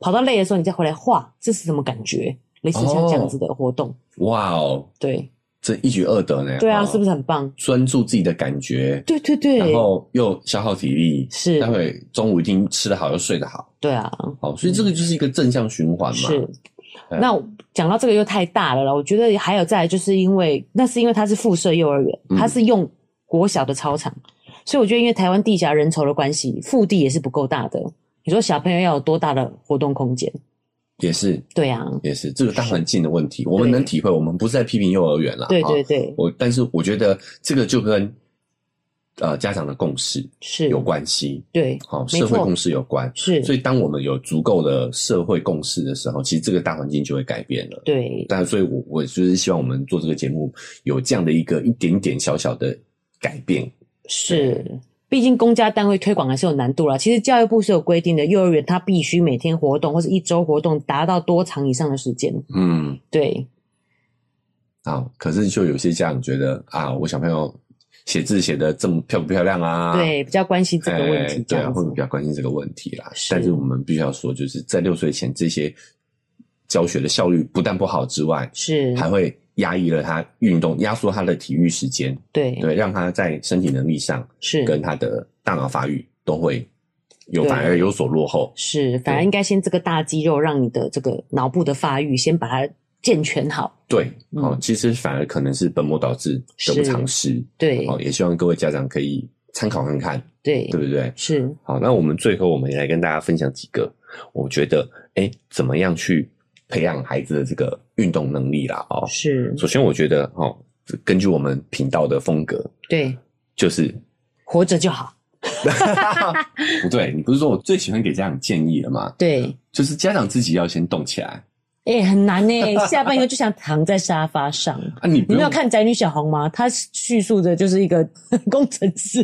[SPEAKER 1] 跑到累的时候你再回来画，这是什么感觉？类似像这样
[SPEAKER 2] 哦
[SPEAKER 1] 子的活动，
[SPEAKER 2] 哇哦，
[SPEAKER 1] 对
[SPEAKER 2] 这一举二得呢。
[SPEAKER 1] 对啊，
[SPEAKER 2] 哦
[SPEAKER 1] 是不是很棒？
[SPEAKER 2] 专注自己的感觉，
[SPEAKER 1] 对对对，
[SPEAKER 2] 然后又消耗体力，
[SPEAKER 1] 是
[SPEAKER 2] 待会中午一定吃得好又睡得好，
[SPEAKER 1] 对啊，
[SPEAKER 2] 好，所以这个就是一个正向循环嘛。
[SPEAKER 1] 嗯是。
[SPEAKER 2] 对
[SPEAKER 1] 那我讲到这个又太大了啦，我觉得还有再来就是因为那是因为它是附设幼儿园，
[SPEAKER 2] 嗯
[SPEAKER 1] 它是用国小的操场，所以我觉得因为台湾地狭人稠的关系，腹地也是不够大的。你说小朋友要有多大的活动空间？
[SPEAKER 2] 也是
[SPEAKER 1] 对啊，
[SPEAKER 2] 也是这个大环境的问题，我们能体会，我们不是在批评幼儿园啦。
[SPEAKER 1] 对
[SPEAKER 2] 哈
[SPEAKER 1] 对对，
[SPEAKER 2] 我但是我觉得这个就跟呃家长的共识
[SPEAKER 1] 是
[SPEAKER 2] 有，关系，
[SPEAKER 1] 对，
[SPEAKER 2] 好，
[SPEAKER 1] 没
[SPEAKER 2] 社会
[SPEAKER 1] 错
[SPEAKER 2] 共，识有关。
[SPEAKER 1] 是，
[SPEAKER 2] 所以，当我们有足够的社会共识的时候，其实这个大环境就会改变了。
[SPEAKER 1] 对，
[SPEAKER 2] 但所以我，我就是希望我们做这个节目有这样的一个一点点小小的改变。
[SPEAKER 1] 是。毕竟公家单位推广还是有难度啦。其实教育部是有规定的，幼儿园它必须每天活动或是一周活动达到多长以上的时间。
[SPEAKER 2] 嗯，
[SPEAKER 1] 对，
[SPEAKER 2] 好。可是就有些家长觉得啊，我小朋友写字写的这么漂不漂亮啊？
[SPEAKER 1] 对，比较关心这个问
[SPEAKER 2] 哎
[SPEAKER 1] 题，这
[SPEAKER 2] 对
[SPEAKER 1] 样
[SPEAKER 2] 啊，
[SPEAKER 1] 子
[SPEAKER 2] 会比较关心这个问题啦。
[SPEAKER 1] 是
[SPEAKER 2] 但是我们必须要说，就是在六岁前，这些教学的效率不但不好之外，
[SPEAKER 1] 是，
[SPEAKER 2] 还会压抑了他运动，压缩他的体育时间，
[SPEAKER 1] 对，
[SPEAKER 2] 对，让他在身体能力上跟
[SPEAKER 1] 是
[SPEAKER 2] 他的大脑发育都会有
[SPEAKER 1] 嗯对
[SPEAKER 2] 反而有所落后。
[SPEAKER 1] 是，反而应该先这个大肌肉让你的这个脑部的发育先把它健全好。
[SPEAKER 2] 对，
[SPEAKER 1] 嗯
[SPEAKER 2] 哦，其实反而可能是本末倒置，
[SPEAKER 1] 是
[SPEAKER 2] 得不偿失。
[SPEAKER 1] 对
[SPEAKER 2] 哦，也希望各位家长可以参考看看，
[SPEAKER 1] 对
[SPEAKER 2] 对不对？
[SPEAKER 1] 是
[SPEAKER 2] 好，那我们最后我们也来跟大家分享几个，我觉得，哎，怎么样去培养孩子的这个运动能力啦？哦，
[SPEAKER 1] 是，
[SPEAKER 2] 首先我觉得，哦，根据我们频道的风格，
[SPEAKER 1] 对，
[SPEAKER 2] 就是
[SPEAKER 1] 活着就好。
[SPEAKER 2] 不对，你不是说我最喜欢给家长建议了吗？
[SPEAKER 1] 对，
[SPEAKER 2] 就是家长自己要先动起来
[SPEAKER 1] 哎、很难呢、下班以后就想躺在沙发上。
[SPEAKER 2] 啊！你
[SPEAKER 1] 你没
[SPEAKER 2] 不用
[SPEAKER 1] 有看《宅女小红》吗？她叙述的就是一个 工程师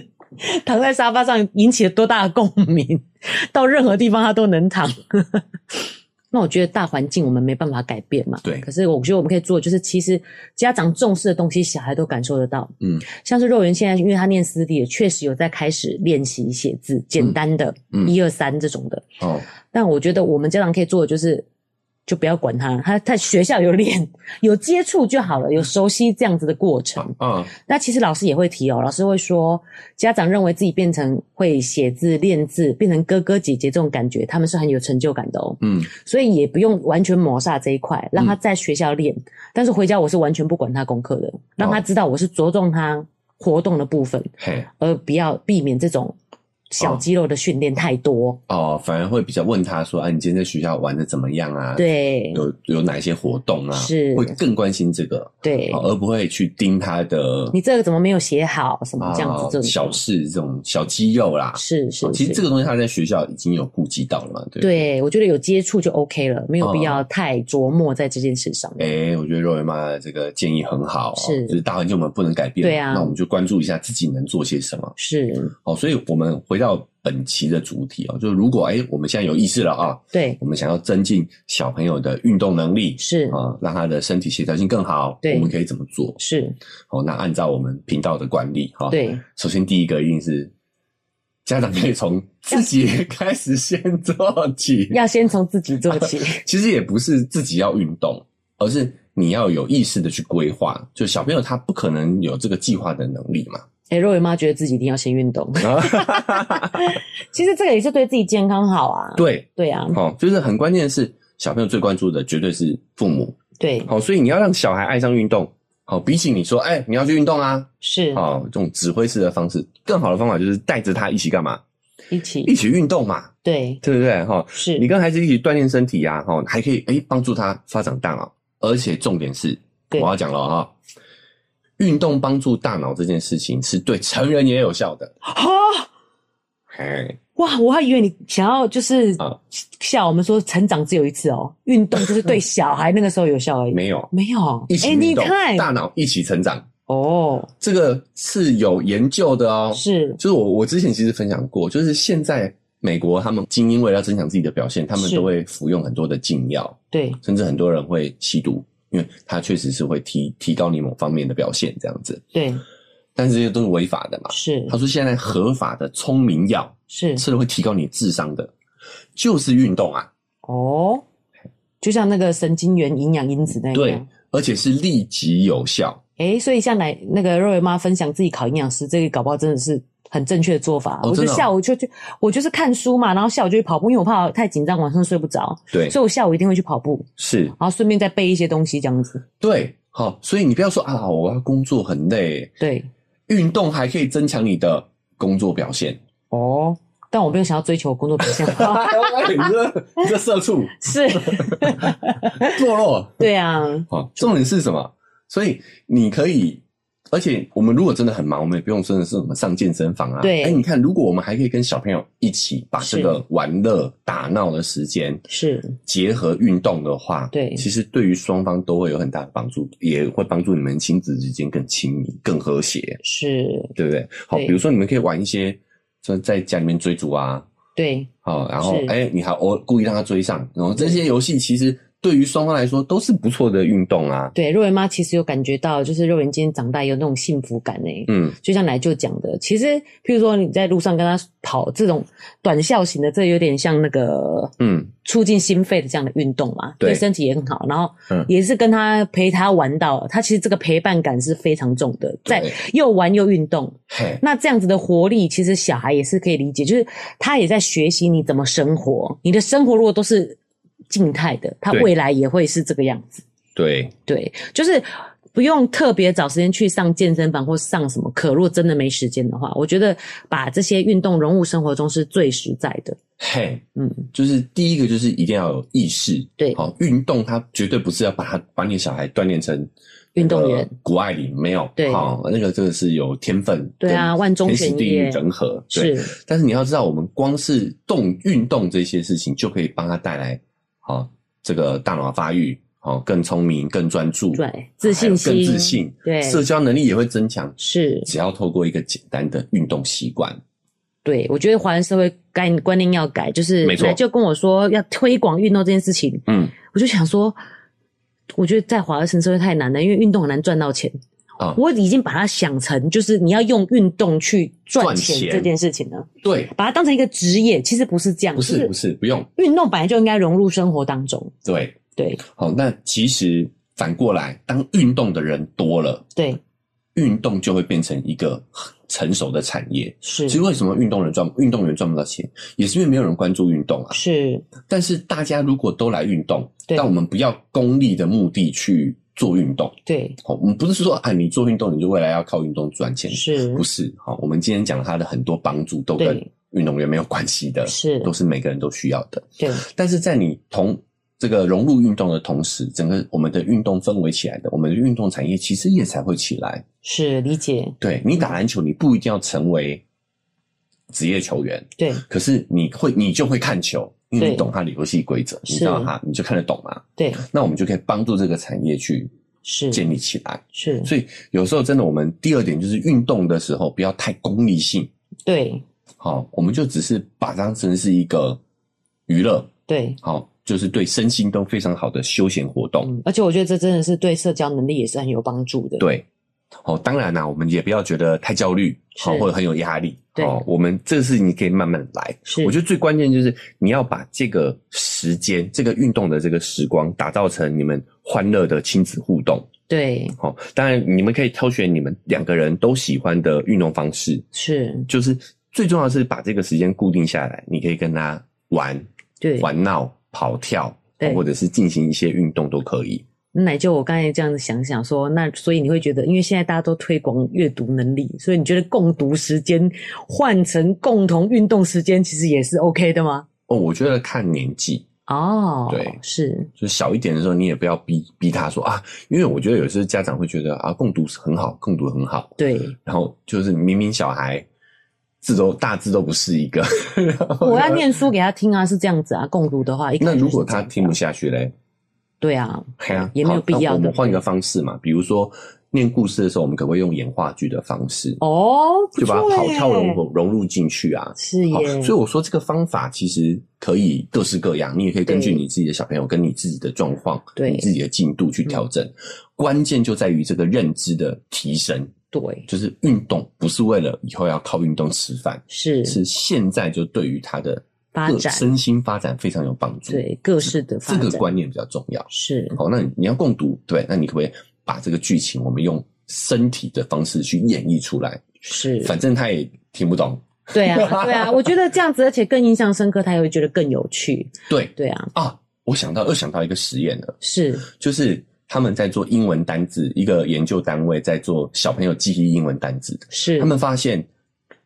[SPEAKER 1] 躺在沙发上引起了多大的共鸣，到任何地方他都能躺。 那我觉得大环境我们没办法改变嘛，
[SPEAKER 2] 对
[SPEAKER 1] 可是我觉得我们可以做，就是其实家长重视的东西，小孩都感受得到。
[SPEAKER 2] 嗯，
[SPEAKER 1] 像是肉圆现在因为他念私立，也确实有在开始练习写字，简单的
[SPEAKER 2] 嗯
[SPEAKER 1] 一二三这种的。
[SPEAKER 2] 哦，
[SPEAKER 1] 但我觉得我们家长可以做的就是，就不要管他，他在学校有练，有接触就好了，有熟悉这样子的过程。
[SPEAKER 2] 嗯，
[SPEAKER 1] 那其实老师也会提哦，老师会说，家长认为自己变成会写字、练字，变成哥哥姐姐这种感觉，他们是很有成就感的哦。
[SPEAKER 2] 嗯，
[SPEAKER 1] 所以也不用完全抹杀这一块，让他在学校练，但是回家我是完全不管他功课的，让他知道我是着重他活动的部分，
[SPEAKER 2] 嘿，
[SPEAKER 1] 而不要避免这种小
[SPEAKER 2] 哦
[SPEAKER 1] 肌肉的训练太多。
[SPEAKER 2] 哦，反而会比较问他说，啊，你今天在学校玩的怎么样啊？，
[SPEAKER 1] 对
[SPEAKER 2] 有有哪些活动啊？
[SPEAKER 1] 是
[SPEAKER 2] 会更关心这个，
[SPEAKER 1] 对，
[SPEAKER 2] 哦而不会去盯他的
[SPEAKER 1] 你这个怎么没有写好？什么这样子
[SPEAKER 2] 啊
[SPEAKER 1] 这种
[SPEAKER 2] 小事这种小肌肉啦。
[SPEAKER 1] 是是
[SPEAKER 2] 哦，其实
[SPEAKER 1] 是
[SPEAKER 2] 这个东西他在学校已经有顾及到了嘛，对不对？
[SPEAKER 1] 对我觉得有接触就 OK 了，没
[SPEAKER 2] 哦
[SPEAKER 1] 有必要太琢磨在这件事上。
[SPEAKER 2] 哎、我觉得肉圆妈的这个建议很好、哦，
[SPEAKER 1] 是
[SPEAKER 2] 就是大环境我们不能改变，
[SPEAKER 1] 对啊
[SPEAKER 2] 那我们就关注一下自己能做些什么。
[SPEAKER 1] 是，
[SPEAKER 2] 好、所以我们回到本期的主题哦，就是如果哎、我们现在有意识了啊，
[SPEAKER 1] 对，
[SPEAKER 2] 我们想要增进小朋友的运动能力
[SPEAKER 1] 是
[SPEAKER 2] 啊、让他的身体协调性更好，
[SPEAKER 1] 对
[SPEAKER 2] 我们可以怎么做？
[SPEAKER 1] 是，
[SPEAKER 2] 哦，那按照我们频道的惯例哈、哦，，
[SPEAKER 1] 对，
[SPEAKER 2] 首先第一个一定是家长可以从自己开始先做起，
[SPEAKER 1] 要先从自己做起。
[SPEAKER 2] 其实也不是自己要运动，而是你要有意识的去规划。就小朋友他不可能有这个计划的能力嘛，
[SPEAKER 1] 哎，肉圆妈觉得自己一定要先运动，其实这个也是对自己健康好啊。
[SPEAKER 2] 对，
[SPEAKER 1] 对啊，
[SPEAKER 2] 好、就是很关键的是，小朋友最关注的绝对是父母。
[SPEAKER 1] 对，
[SPEAKER 2] 好、所以你要让小孩爱上运动。好、比起你说，哎、你要去运动啊，
[SPEAKER 1] 是
[SPEAKER 2] 好、这种指挥式的方式，更好的方法就是带着他一起干嘛？
[SPEAKER 1] 一起
[SPEAKER 2] 一起运动嘛，
[SPEAKER 1] 对，
[SPEAKER 2] 对不对？哦哈、
[SPEAKER 1] 是
[SPEAKER 2] 哦你跟孩子一起锻炼身体呀、哈、还可以哎帮助他发展大脑，而且重点是
[SPEAKER 1] 对
[SPEAKER 2] 我要讲了啊、运动帮助大脑这件事情是对成人也有效的。
[SPEAKER 1] 哈、
[SPEAKER 2] 哎，
[SPEAKER 1] 哦哇，我还以为你想要就是
[SPEAKER 2] 啊
[SPEAKER 1] 笑我们说成长只有一次哦，运动就是 对小孩那个时候有效而已，
[SPEAKER 2] 没有，
[SPEAKER 1] 没有
[SPEAKER 2] 一，起
[SPEAKER 1] 哎，
[SPEAKER 2] 运
[SPEAKER 1] 你
[SPEAKER 2] 动，
[SPEAKER 1] 看
[SPEAKER 2] 大脑一起成长，
[SPEAKER 1] 哦，
[SPEAKER 2] 这个是有研究的哦。
[SPEAKER 1] 是
[SPEAKER 2] 就是我我之前其实分享过，就是现在美国他们精英为了要增强自己的表现，他们
[SPEAKER 1] 是
[SPEAKER 2] 都会服用很多的禁药，
[SPEAKER 1] 对，
[SPEAKER 2] 甚至很多人会吸毒，因为它确实是会提提高你某方面的表现这样子。
[SPEAKER 1] 对，
[SPEAKER 2] 但是这些都是违法的嘛。
[SPEAKER 1] 是
[SPEAKER 2] 他说现在合法的聪明药
[SPEAKER 1] 是
[SPEAKER 2] 吃了会提高你智商的，就是运动啊，
[SPEAKER 1] 哦，就像那个神经元营养因子那
[SPEAKER 2] 对
[SPEAKER 1] 样，，
[SPEAKER 2] 而且是立即有效。
[SPEAKER 1] 哎，所以像奶那个肉圆妈分享自己考营养师，这个搞不好真的是很正确的做法。啊我
[SPEAKER 2] 哦
[SPEAKER 1] 就
[SPEAKER 2] 真的哦
[SPEAKER 1] 下午就去，我就是看书嘛，然后下午就去跑步，因为我怕太紧张晚上睡不着，
[SPEAKER 2] 对，
[SPEAKER 1] 所以我下午一定会去跑步，
[SPEAKER 2] 是，
[SPEAKER 1] 然后顺便再背一些东西这样子。
[SPEAKER 2] 对，好，所以你不要说啊，我要工作很累，
[SPEAKER 1] 对，
[SPEAKER 2] 运动还可以增强你的工作 表现。
[SPEAKER 1] 哦，但我没有想要追求工作表 现，哦
[SPEAKER 2] 哎你这你这社畜
[SPEAKER 1] 是，
[SPEAKER 2] 堕落。
[SPEAKER 1] 对啊，
[SPEAKER 2] 好，重点是什么？所以你可以，而且我们如果真的很忙，我们也不用真的是我们上健身房啊。
[SPEAKER 1] 对
[SPEAKER 2] 哎，你看，如果我们还可以跟小朋友一起把
[SPEAKER 1] 是
[SPEAKER 2] 这个玩乐打闹的时间
[SPEAKER 1] 是
[SPEAKER 2] 结合运动的话，
[SPEAKER 1] 对
[SPEAKER 2] 其实对于双方都会有很大的帮助，也会帮助你们亲子之间更亲密、更和谐，
[SPEAKER 1] 是，
[SPEAKER 2] 对不对？好，
[SPEAKER 1] 对
[SPEAKER 2] 比如说你们可以玩一些，就在家里面追逐啊，
[SPEAKER 1] 对，
[SPEAKER 2] 好，然后
[SPEAKER 1] 是
[SPEAKER 2] 哎、你还偶故意让他追上，然后这些游戏其实对于双方来说都是不错的运动啊。
[SPEAKER 1] 对，肉圆妈其实有感觉到，就是肉圆今天长大有那种幸福感呢、
[SPEAKER 2] 嗯，
[SPEAKER 1] 就像奶舅讲的，其实譬如说你在路上跟他跑这种短效型的，这有点像那个
[SPEAKER 2] 嗯，
[SPEAKER 1] 促进心肺的这样的运动嘛，
[SPEAKER 2] 对
[SPEAKER 1] 对身体也很好。然后
[SPEAKER 2] 嗯
[SPEAKER 1] 也是跟他陪他玩到，他其实这个陪伴感是非常重的，在
[SPEAKER 2] 对
[SPEAKER 1] 又玩又运动。
[SPEAKER 2] 嘿，
[SPEAKER 1] 那这样子的活力，其实小孩也是可以理解，就是他也在学习你怎么生活。你的生活如果都是静态的，他
[SPEAKER 2] 对
[SPEAKER 1] 未来也会是这个样子。
[SPEAKER 2] 对，
[SPEAKER 1] 对，就是不用特别找时间去上健身房或上什么课。如果真的没时间的话，我觉得把这些运动融入生活中是最实在的。
[SPEAKER 2] 嘿，
[SPEAKER 1] 嗯，
[SPEAKER 2] 就是第一个就是一定要有意识，
[SPEAKER 1] 对
[SPEAKER 2] 好，运动它绝对不是要把它把你小孩锻炼成
[SPEAKER 1] 运动员，
[SPEAKER 2] 谷爱凌没有，
[SPEAKER 1] 对
[SPEAKER 2] 好，那个真的是有天分，
[SPEAKER 1] 对啊
[SPEAKER 2] 跟
[SPEAKER 1] 万中
[SPEAKER 2] 天时
[SPEAKER 1] 选
[SPEAKER 2] 地利
[SPEAKER 1] 一耶
[SPEAKER 2] 人和，对。
[SPEAKER 1] 是
[SPEAKER 2] 但是你要知道，我们光是动运动这些事情，就可以帮他带来好、这个大脑发育，好、更聪明、更专注，
[SPEAKER 1] 对，自信
[SPEAKER 2] 还
[SPEAKER 1] 心，
[SPEAKER 2] 有更自信，
[SPEAKER 1] 对
[SPEAKER 2] 社交能力也会增强。
[SPEAKER 1] 是
[SPEAKER 2] 只要透过一个简单的运动习惯，
[SPEAKER 1] 对。我觉得华人社会概观念要改，就是
[SPEAKER 2] 没错
[SPEAKER 1] 奶就跟我说要推广运动这件事情，
[SPEAKER 2] 嗯
[SPEAKER 1] 我就想说，我觉得在华人社会太难了，因为运动很难赚到钱。
[SPEAKER 2] 啊
[SPEAKER 1] 我已经把它想成就是你要用运动去赚
[SPEAKER 2] 赚
[SPEAKER 1] 钱
[SPEAKER 2] 钱
[SPEAKER 1] 这件事情了。
[SPEAKER 2] 对，
[SPEAKER 1] 把它当成一个职业，其实不是这样，
[SPEAKER 2] 不
[SPEAKER 1] 就是
[SPEAKER 2] 不是，不用
[SPEAKER 1] 运动本来就应该融入生活当中，
[SPEAKER 2] 对。
[SPEAKER 1] 对
[SPEAKER 2] 好，那其实反过来，当运动的人多了，
[SPEAKER 1] 对
[SPEAKER 2] 运动就会变成一个很成熟的产业。
[SPEAKER 1] 是
[SPEAKER 2] 其实为什么运动人赚运动员赚不到钱，也是因为没有人关注运动啊。
[SPEAKER 1] 是，
[SPEAKER 2] 但是大家如果都来运动，
[SPEAKER 1] 对
[SPEAKER 2] 但我们不要功利的目的去做运动。
[SPEAKER 1] 对
[SPEAKER 2] 好，我们不是说啊，你做运动你就未来要靠运动赚钱，
[SPEAKER 1] 是
[SPEAKER 2] 不是？好，我们今天讲它的很多帮助都跟
[SPEAKER 1] 对
[SPEAKER 2] 运动员没有关系的，
[SPEAKER 1] 是
[SPEAKER 2] 都是每个人都需要的。
[SPEAKER 1] 对
[SPEAKER 2] 但是在你同这个融入运动的同时，整个我们的运动氛围起来的，我们的运动产业其实也才会起来。
[SPEAKER 1] 是理解，
[SPEAKER 2] 对你打篮球，你不一定要成为职业球员，
[SPEAKER 1] 对
[SPEAKER 2] 可是你会，你就会看球，因为
[SPEAKER 1] 对
[SPEAKER 2] 你懂它的游戏规则，你知道
[SPEAKER 1] 是
[SPEAKER 2] 它，你就看得懂嘛。
[SPEAKER 1] 对
[SPEAKER 2] 那我们就可以帮助这个产业去
[SPEAKER 1] 是
[SPEAKER 2] 建立起来。
[SPEAKER 1] 是，
[SPEAKER 2] 所以有时候真的，我们第二点就是运动的时候不要太功利性，
[SPEAKER 1] 对
[SPEAKER 2] 好，我们就只是把它当成是一个娱乐，
[SPEAKER 1] 对。
[SPEAKER 2] 好，就是对身心都非常好的休闲活动。
[SPEAKER 1] 嗯，而且我觉得这真的是对社交能力也是很有帮助的。，
[SPEAKER 2] 对，哦，当然啦、我们也不要觉得太焦虑，好，
[SPEAKER 1] 是
[SPEAKER 2] 或者很有压力。
[SPEAKER 1] 对
[SPEAKER 2] 哦，我们这个事情你可以慢慢来。
[SPEAKER 1] 是
[SPEAKER 2] 我觉得最关键就是你要把这个时间、这个运动的这个时光，打造成你们欢乐的亲子互动。
[SPEAKER 1] 对
[SPEAKER 2] 好、当然你们可以挑选你们两个人都喜欢的运动方式，
[SPEAKER 1] 是，
[SPEAKER 2] 就是最重要的是把这个时间固定下来，你可以跟他玩、
[SPEAKER 1] 对。
[SPEAKER 2] 玩闹、跑跳哦
[SPEAKER 1] 对，
[SPEAKER 2] 或者是进行一些运动都可以。
[SPEAKER 1] 奶就我刚才这样子想想说，那所以你会觉得，因为现在大家都推广阅读能力，所以你觉得共读时间换成共同运动时间，其实也是 OK 的吗？
[SPEAKER 2] 哦，我觉得看年纪，
[SPEAKER 1] 哦，
[SPEAKER 2] 对
[SPEAKER 1] 是
[SPEAKER 2] 就是小一点的时候，你也不要逼逼他说啊，因为我觉得有些家长会觉得啊，共读是很好，共读很好，
[SPEAKER 1] 对。
[SPEAKER 2] 然后就是明明小孩字都大字都不是一 个，
[SPEAKER 1] 我要。念书给他听啊，是这样子啊。共读的话，一开
[SPEAKER 2] 那
[SPEAKER 1] 始
[SPEAKER 2] 如果
[SPEAKER 1] 是这
[SPEAKER 2] 他
[SPEAKER 1] 样子啊
[SPEAKER 2] 听不下去嘞，
[SPEAKER 1] 对啊，
[SPEAKER 2] 嘿啊，
[SPEAKER 1] 也没有
[SPEAKER 2] 好
[SPEAKER 1] 必要
[SPEAKER 2] 那我
[SPEAKER 1] 对
[SPEAKER 2] 们
[SPEAKER 1] 不
[SPEAKER 2] 换一
[SPEAKER 1] 对
[SPEAKER 2] 个方式嘛，比如说念故事的时候，我们可不可以用演话剧的方式，
[SPEAKER 1] 哦，不
[SPEAKER 2] 就把
[SPEAKER 1] 错
[SPEAKER 2] 跑
[SPEAKER 1] 耶
[SPEAKER 2] 跳融合融入进去啊？
[SPEAKER 1] 是
[SPEAKER 2] 好，
[SPEAKER 1] 耶，
[SPEAKER 2] 所以我说这个方法其实可以各式各样，你也可以根据
[SPEAKER 1] 对
[SPEAKER 2] 你自己的小朋友跟你自己的状况、
[SPEAKER 1] 对嗯
[SPEAKER 2] 你自己的进度去调整。关键就在于这个认知的提升，
[SPEAKER 1] 对
[SPEAKER 2] 就是运动不是为了以后要靠运动吃饭，
[SPEAKER 1] 是
[SPEAKER 2] 是现在就对于他的
[SPEAKER 1] 发
[SPEAKER 2] 各
[SPEAKER 1] 展
[SPEAKER 2] 身心发展非常有帮助。
[SPEAKER 1] 对各式的发
[SPEAKER 2] 这
[SPEAKER 1] 展
[SPEAKER 2] 个观念比较重要。
[SPEAKER 1] 是
[SPEAKER 2] 好，那你你要共读，对，那你可不可以把这个剧情我们用身体的方式去演绎出来？
[SPEAKER 1] 是，
[SPEAKER 2] 反正他也听不懂，
[SPEAKER 1] 对啊对啊，我觉得这样子，而且更印象深刻，他也会觉得更有趣。
[SPEAKER 2] 对
[SPEAKER 1] 对啊，
[SPEAKER 2] 啊。我想到又想到一个实验了。
[SPEAKER 1] 是
[SPEAKER 2] 就是他们在做英文单字，一个研究单位在做小朋友记忆英文单字。
[SPEAKER 1] 是，
[SPEAKER 2] 他们发现，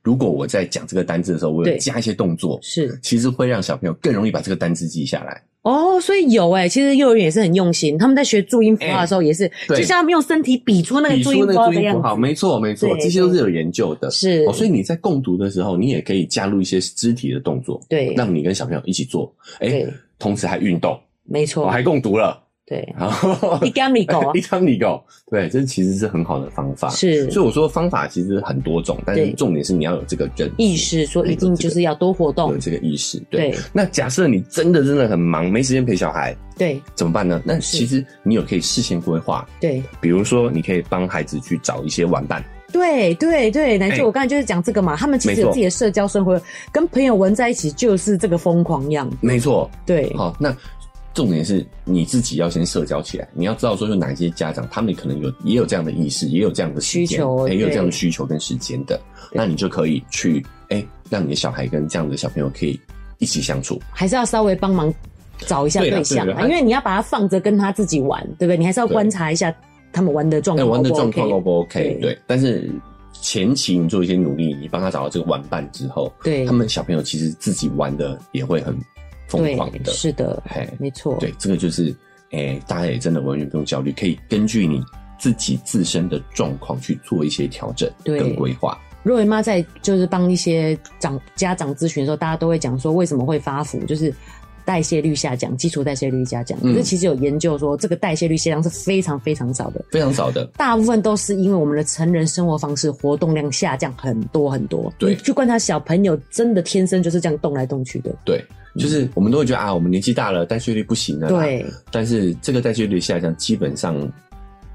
[SPEAKER 2] 如果我在讲这个单字的时候，我有
[SPEAKER 1] 对
[SPEAKER 2] 加一些动作，
[SPEAKER 1] 是
[SPEAKER 2] 其实会让小朋友更容易把这个单字记下来。
[SPEAKER 1] 哦，所以有哎、其实幼儿园也是很用心，他们在学注音符号的时候也是，
[SPEAKER 2] 哎对
[SPEAKER 1] 就像他们用身体比出那个
[SPEAKER 2] 比
[SPEAKER 1] 注
[SPEAKER 2] 出
[SPEAKER 1] 音
[SPEAKER 2] 那
[SPEAKER 1] 符
[SPEAKER 2] 个
[SPEAKER 1] 号
[SPEAKER 2] 注
[SPEAKER 1] 的
[SPEAKER 2] 音
[SPEAKER 1] 样
[SPEAKER 2] 符
[SPEAKER 1] 子
[SPEAKER 2] 号，，没错没错，
[SPEAKER 1] 对
[SPEAKER 2] 这些都是有研究的。
[SPEAKER 1] 是
[SPEAKER 2] 哦，所以你在共读的时候，你也可以加入一些肢体的动作，
[SPEAKER 1] 对
[SPEAKER 2] 让你跟小朋友一起做，哎
[SPEAKER 1] 对，
[SPEAKER 2] 同时还运动，
[SPEAKER 1] 没
[SPEAKER 2] 我
[SPEAKER 1] 错，
[SPEAKER 2] 还共读了，
[SPEAKER 1] 对，
[SPEAKER 2] 然后
[SPEAKER 1] 一干米狗啊
[SPEAKER 2] 一张你狗，对，这其实是很好的方法。
[SPEAKER 1] 是
[SPEAKER 2] 所以我说方法其实很多种，但是
[SPEAKER 1] 对
[SPEAKER 2] 重点是你要有这个认知
[SPEAKER 1] 意识说一定就是要多活动
[SPEAKER 2] 有，这个意识。对，
[SPEAKER 1] 对
[SPEAKER 2] 那假设你真的真的很忙，没时间陪小孩，
[SPEAKER 1] 对
[SPEAKER 2] 怎么办呢？那
[SPEAKER 1] 是
[SPEAKER 2] 其实你有可以事先规划，
[SPEAKER 1] 对
[SPEAKER 2] 比如说你可以帮孩子去找一些玩伴，
[SPEAKER 1] 对对对，乃至
[SPEAKER 2] 哎
[SPEAKER 1] 我刚才就是讲这个嘛，他们其
[SPEAKER 2] 没
[SPEAKER 1] 实
[SPEAKER 2] 错
[SPEAKER 1] 有自己的社交生活，跟朋友玩在一起就是这个疯狂样，
[SPEAKER 2] 没错。
[SPEAKER 1] 对
[SPEAKER 2] 好，那。重点是你自己要先社交起来，你要知道说有哪些家长，他们可能有也有这样的意识，也有这样的时间
[SPEAKER 1] 需求
[SPEAKER 2] 哎也有这样的
[SPEAKER 1] 对
[SPEAKER 2] 需求跟时间的，
[SPEAKER 1] 对
[SPEAKER 2] 那你就可以去哎、让你的小孩跟这样的小朋友可以一起相处。
[SPEAKER 1] 还是要稍微帮忙找一下
[SPEAKER 2] 对啦
[SPEAKER 1] 对象
[SPEAKER 2] 对
[SPEAKER 1] 啊，
[SPEAKER 2] 啦哎
[SPEAKER 1] 因为你要把它放着跟他自己玩，对不对？你还是要
[SPEAKER 2] 对
[SPEAKER 1] 观察一下他们玩的状
[SPEAKER 2] 哎、
[SPEAKER 1] 况，
[SPEAKER 2] 玩的状况 O 不 OK？
[SPEAKER 1] 哦对
[SPEAKER 2] 对，但是前期你做一些努力，你帮他找到这个玩伴之后，
[SPEAKER 1] 对
[SPEAKER 2] 他们小朋友其实自己玩的也会很疯
[SPEAKER 1] 对
[SPEAKER 2] 狂，的。
[SPEAKER 1] 是的
[SPEAKER 2] 嘿，
[SPEAKER 1] 没错，
[SPEAKER 2] 对，这个就是，哎、大家也真的完全不用焦虑，可以根据你自己自身的状况去做一些调整
[SPEAKER 1] 对
[SPEAKER 2] 跟规划。
[SPEAKER 1] 若维妈在就是帮一些长家长咨询的时候，大家都会讲说为什么会发福，就是代谢率下降，基础代谢率下降。
[SPEAKER 2] 嗯
[SPEAKER 1] 可是其实有研究说，这个代谢率下降是非常非常少的，
[SPEAKER 2] 非常少的，
[SPEAKER 1] 大部分都是因为我们的成人生活方式活动量下降很多很多。
[SPEAKER 2] 对
[SPEAKER 1] 你去观察小朋友，真的天生就是这样动来动去的。
[SPEAKER 2] 对， 就是我们都会觉得啊，我们年纪大了，代谢率不行啊了啦。，
[SPEAKER 1] 嗯对
[SPEAKER 2] 但是这个代谢率下降，基本上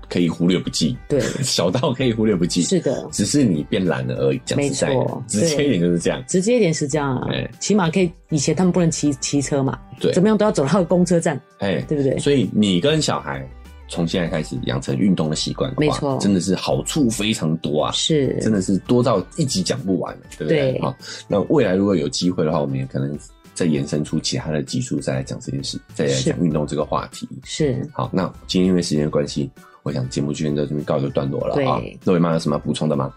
[SPEAKER 2] 可以忽略不计，
[SPEAKER 1] 对，
[SPEAKER 2] 小到可以忽略不计。
[SPEAKER 1] 是的，
[SPEAKER 2] 只是你变懒了而已。讲实在
[SPEAKER 1] 没
[SPEAKER 2] 的
[SPEAKER 1] 错，
[SPEAKER 2] 直接一点就是这样。
[SPEAKER 1] 直接一点是这样啊
[SPEAKER 2] 对，
[SPEAKER 1] 起码可以。以前他们不能骑骑车嘛，
[SPEAKER 2] 对
[SPEAKER 1] 怎，么样都要走到公车站，
[SPEAKER 2] 哎，
[SPEAKER 1] 对不对？
[SPEAKER 2] 所以你跟小孩从现在开始养成运动的习惯的话，
[SPEAKER 1] 没错
[SPEAKER 2] 真的是好处非常多啊。
[SPEAKER 1] 是，
[SPEAKER 2] 真的是多到一集讲不完，对不对？
[SPEAKER 1] 对
[SPEAKER 2] 好，那未来如果有机会的话，我们也可能再延伸出其他的技术，再来讲这件事，再来
[SPEAKER 1] 是
[SPEAKER 2] 讲运动这个话题。
[SPEAKER 1] 是。
[SPEAKER 2] 好，那今天因为时间的关系，我想节目就先到这边告一个段落了啊
[SPEAKER 1] 对。
[SPEAKER 2] 各位妈有什么要补充的吗？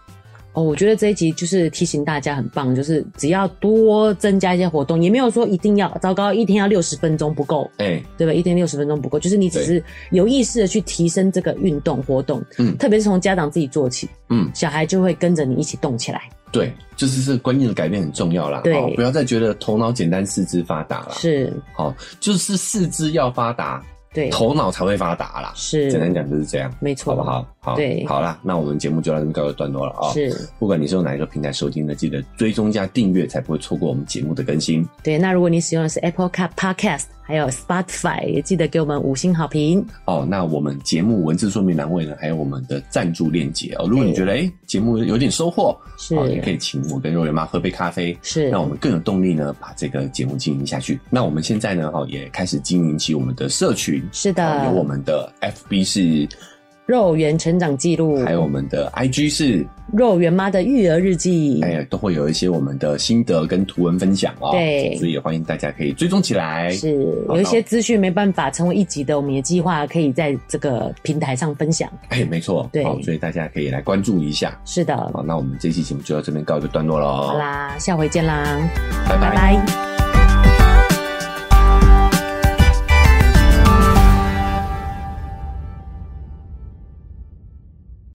[SPEAKER 1] 哦，我觉得这一集就是提醒大家很棒，就是只要多增加一些活动，也没有说一定要糟糕，一天要六十分钟不够，
[SPEAKER 2] 哎、
[SPEAKER 1] 对吧？一天六十分钟不够，就是你只是有意识的去提升这个运动活动，
[SPEAKER 2] 嗯
[SPEAKER 1] 特别是从家长自己做起，
[SPEAKER 2] 嗯，
[SPEAKER 1] 小孩就会跟着你一起动起来，
[SPEAKER 2] 对，就是这个观念的改变很重要啦。
[SPEAKER 1] 对
[SPEAKER 2] 好不要再觉得头脑简单，四肢发达啦。
[SPEAKER 1] 是，
[SPEAKER 2] 好，就是四肢要发达，
[SPEAKER 1] 对，
[SPEAKER 2] 头脑才会发达啦。
[SPEAKER 1] 是，
[SPEAKER 2] 简单讲就是这样，
[SPEAKER 1] 没错，
[SPEAKER 2] 好不？好？好，
[SPEAKER 1] 对
[SPEAKER 2] 好啦，那我们节目就到这边告一段落了啊、
[SPEAKER 1] 是
[SPEAKER 2] 不管你是用哪一个平台收听的，记得追踪加订阅，才不会错过我们节目的更新。
[SPEAKER 1] 对。那如果你使用的是 Apple Car Podcast，还有 Spotify，也记得给我们五星好评。
[SPEAKER 2] 哦，那我们节目文字说明栏位呢，还有我们的赞助链接哦。如果你觉得哎节目有点收获，
[SPEAKER 1] 是
[SPEAKER 2] 哦，也可以请我跟肉圆妈喝杯咖啡，
[SPEAKER 1] 是，
[SPEAKER 2] 让我们更有动力呢，把这个节目经营下去。那我们现在呢，哈、也开始经营起我们的社群，
[SPEAKER 1] 是的
[SPEAKER 2] 哦有我们的 FB 是，
[SPEAKER 1] 肉圆成长记录，
[SPEAKER 2] 还有我们的 IG 是，
[SPEAKER 1] 肉圆妈的育儿日记，
[SPEAKER 2] 哎、都会有一些我们的心得跟图文分享哦。
[SPEAKER 1] 对
[SPEAKER 2] 所以也欢迎大家可以追踪起来。
[SPEAKER 1] 是
[SPEAKER 2] 哎好
[SPEAKER 1] 有一
[SPEAKER 2] 那
[SPEAKER 1] 些资讯没办法成为一集的，我们也计划可以在这个平台上分享。
[SPEAKER 2] 哎、没错，
[SPEAKER 1] 对
[SPEAKER 2] 好，所以大家可以来关注一下。
[SPEAKER 1] 是的，
[SPEAKER 2] 好，那我们这期节目就到这边告一个段落喽。
[SPEAKER 1] 好啦，下回见啦，
[SPEAKER 2] 拜
[SPEAKER 1] 拜拜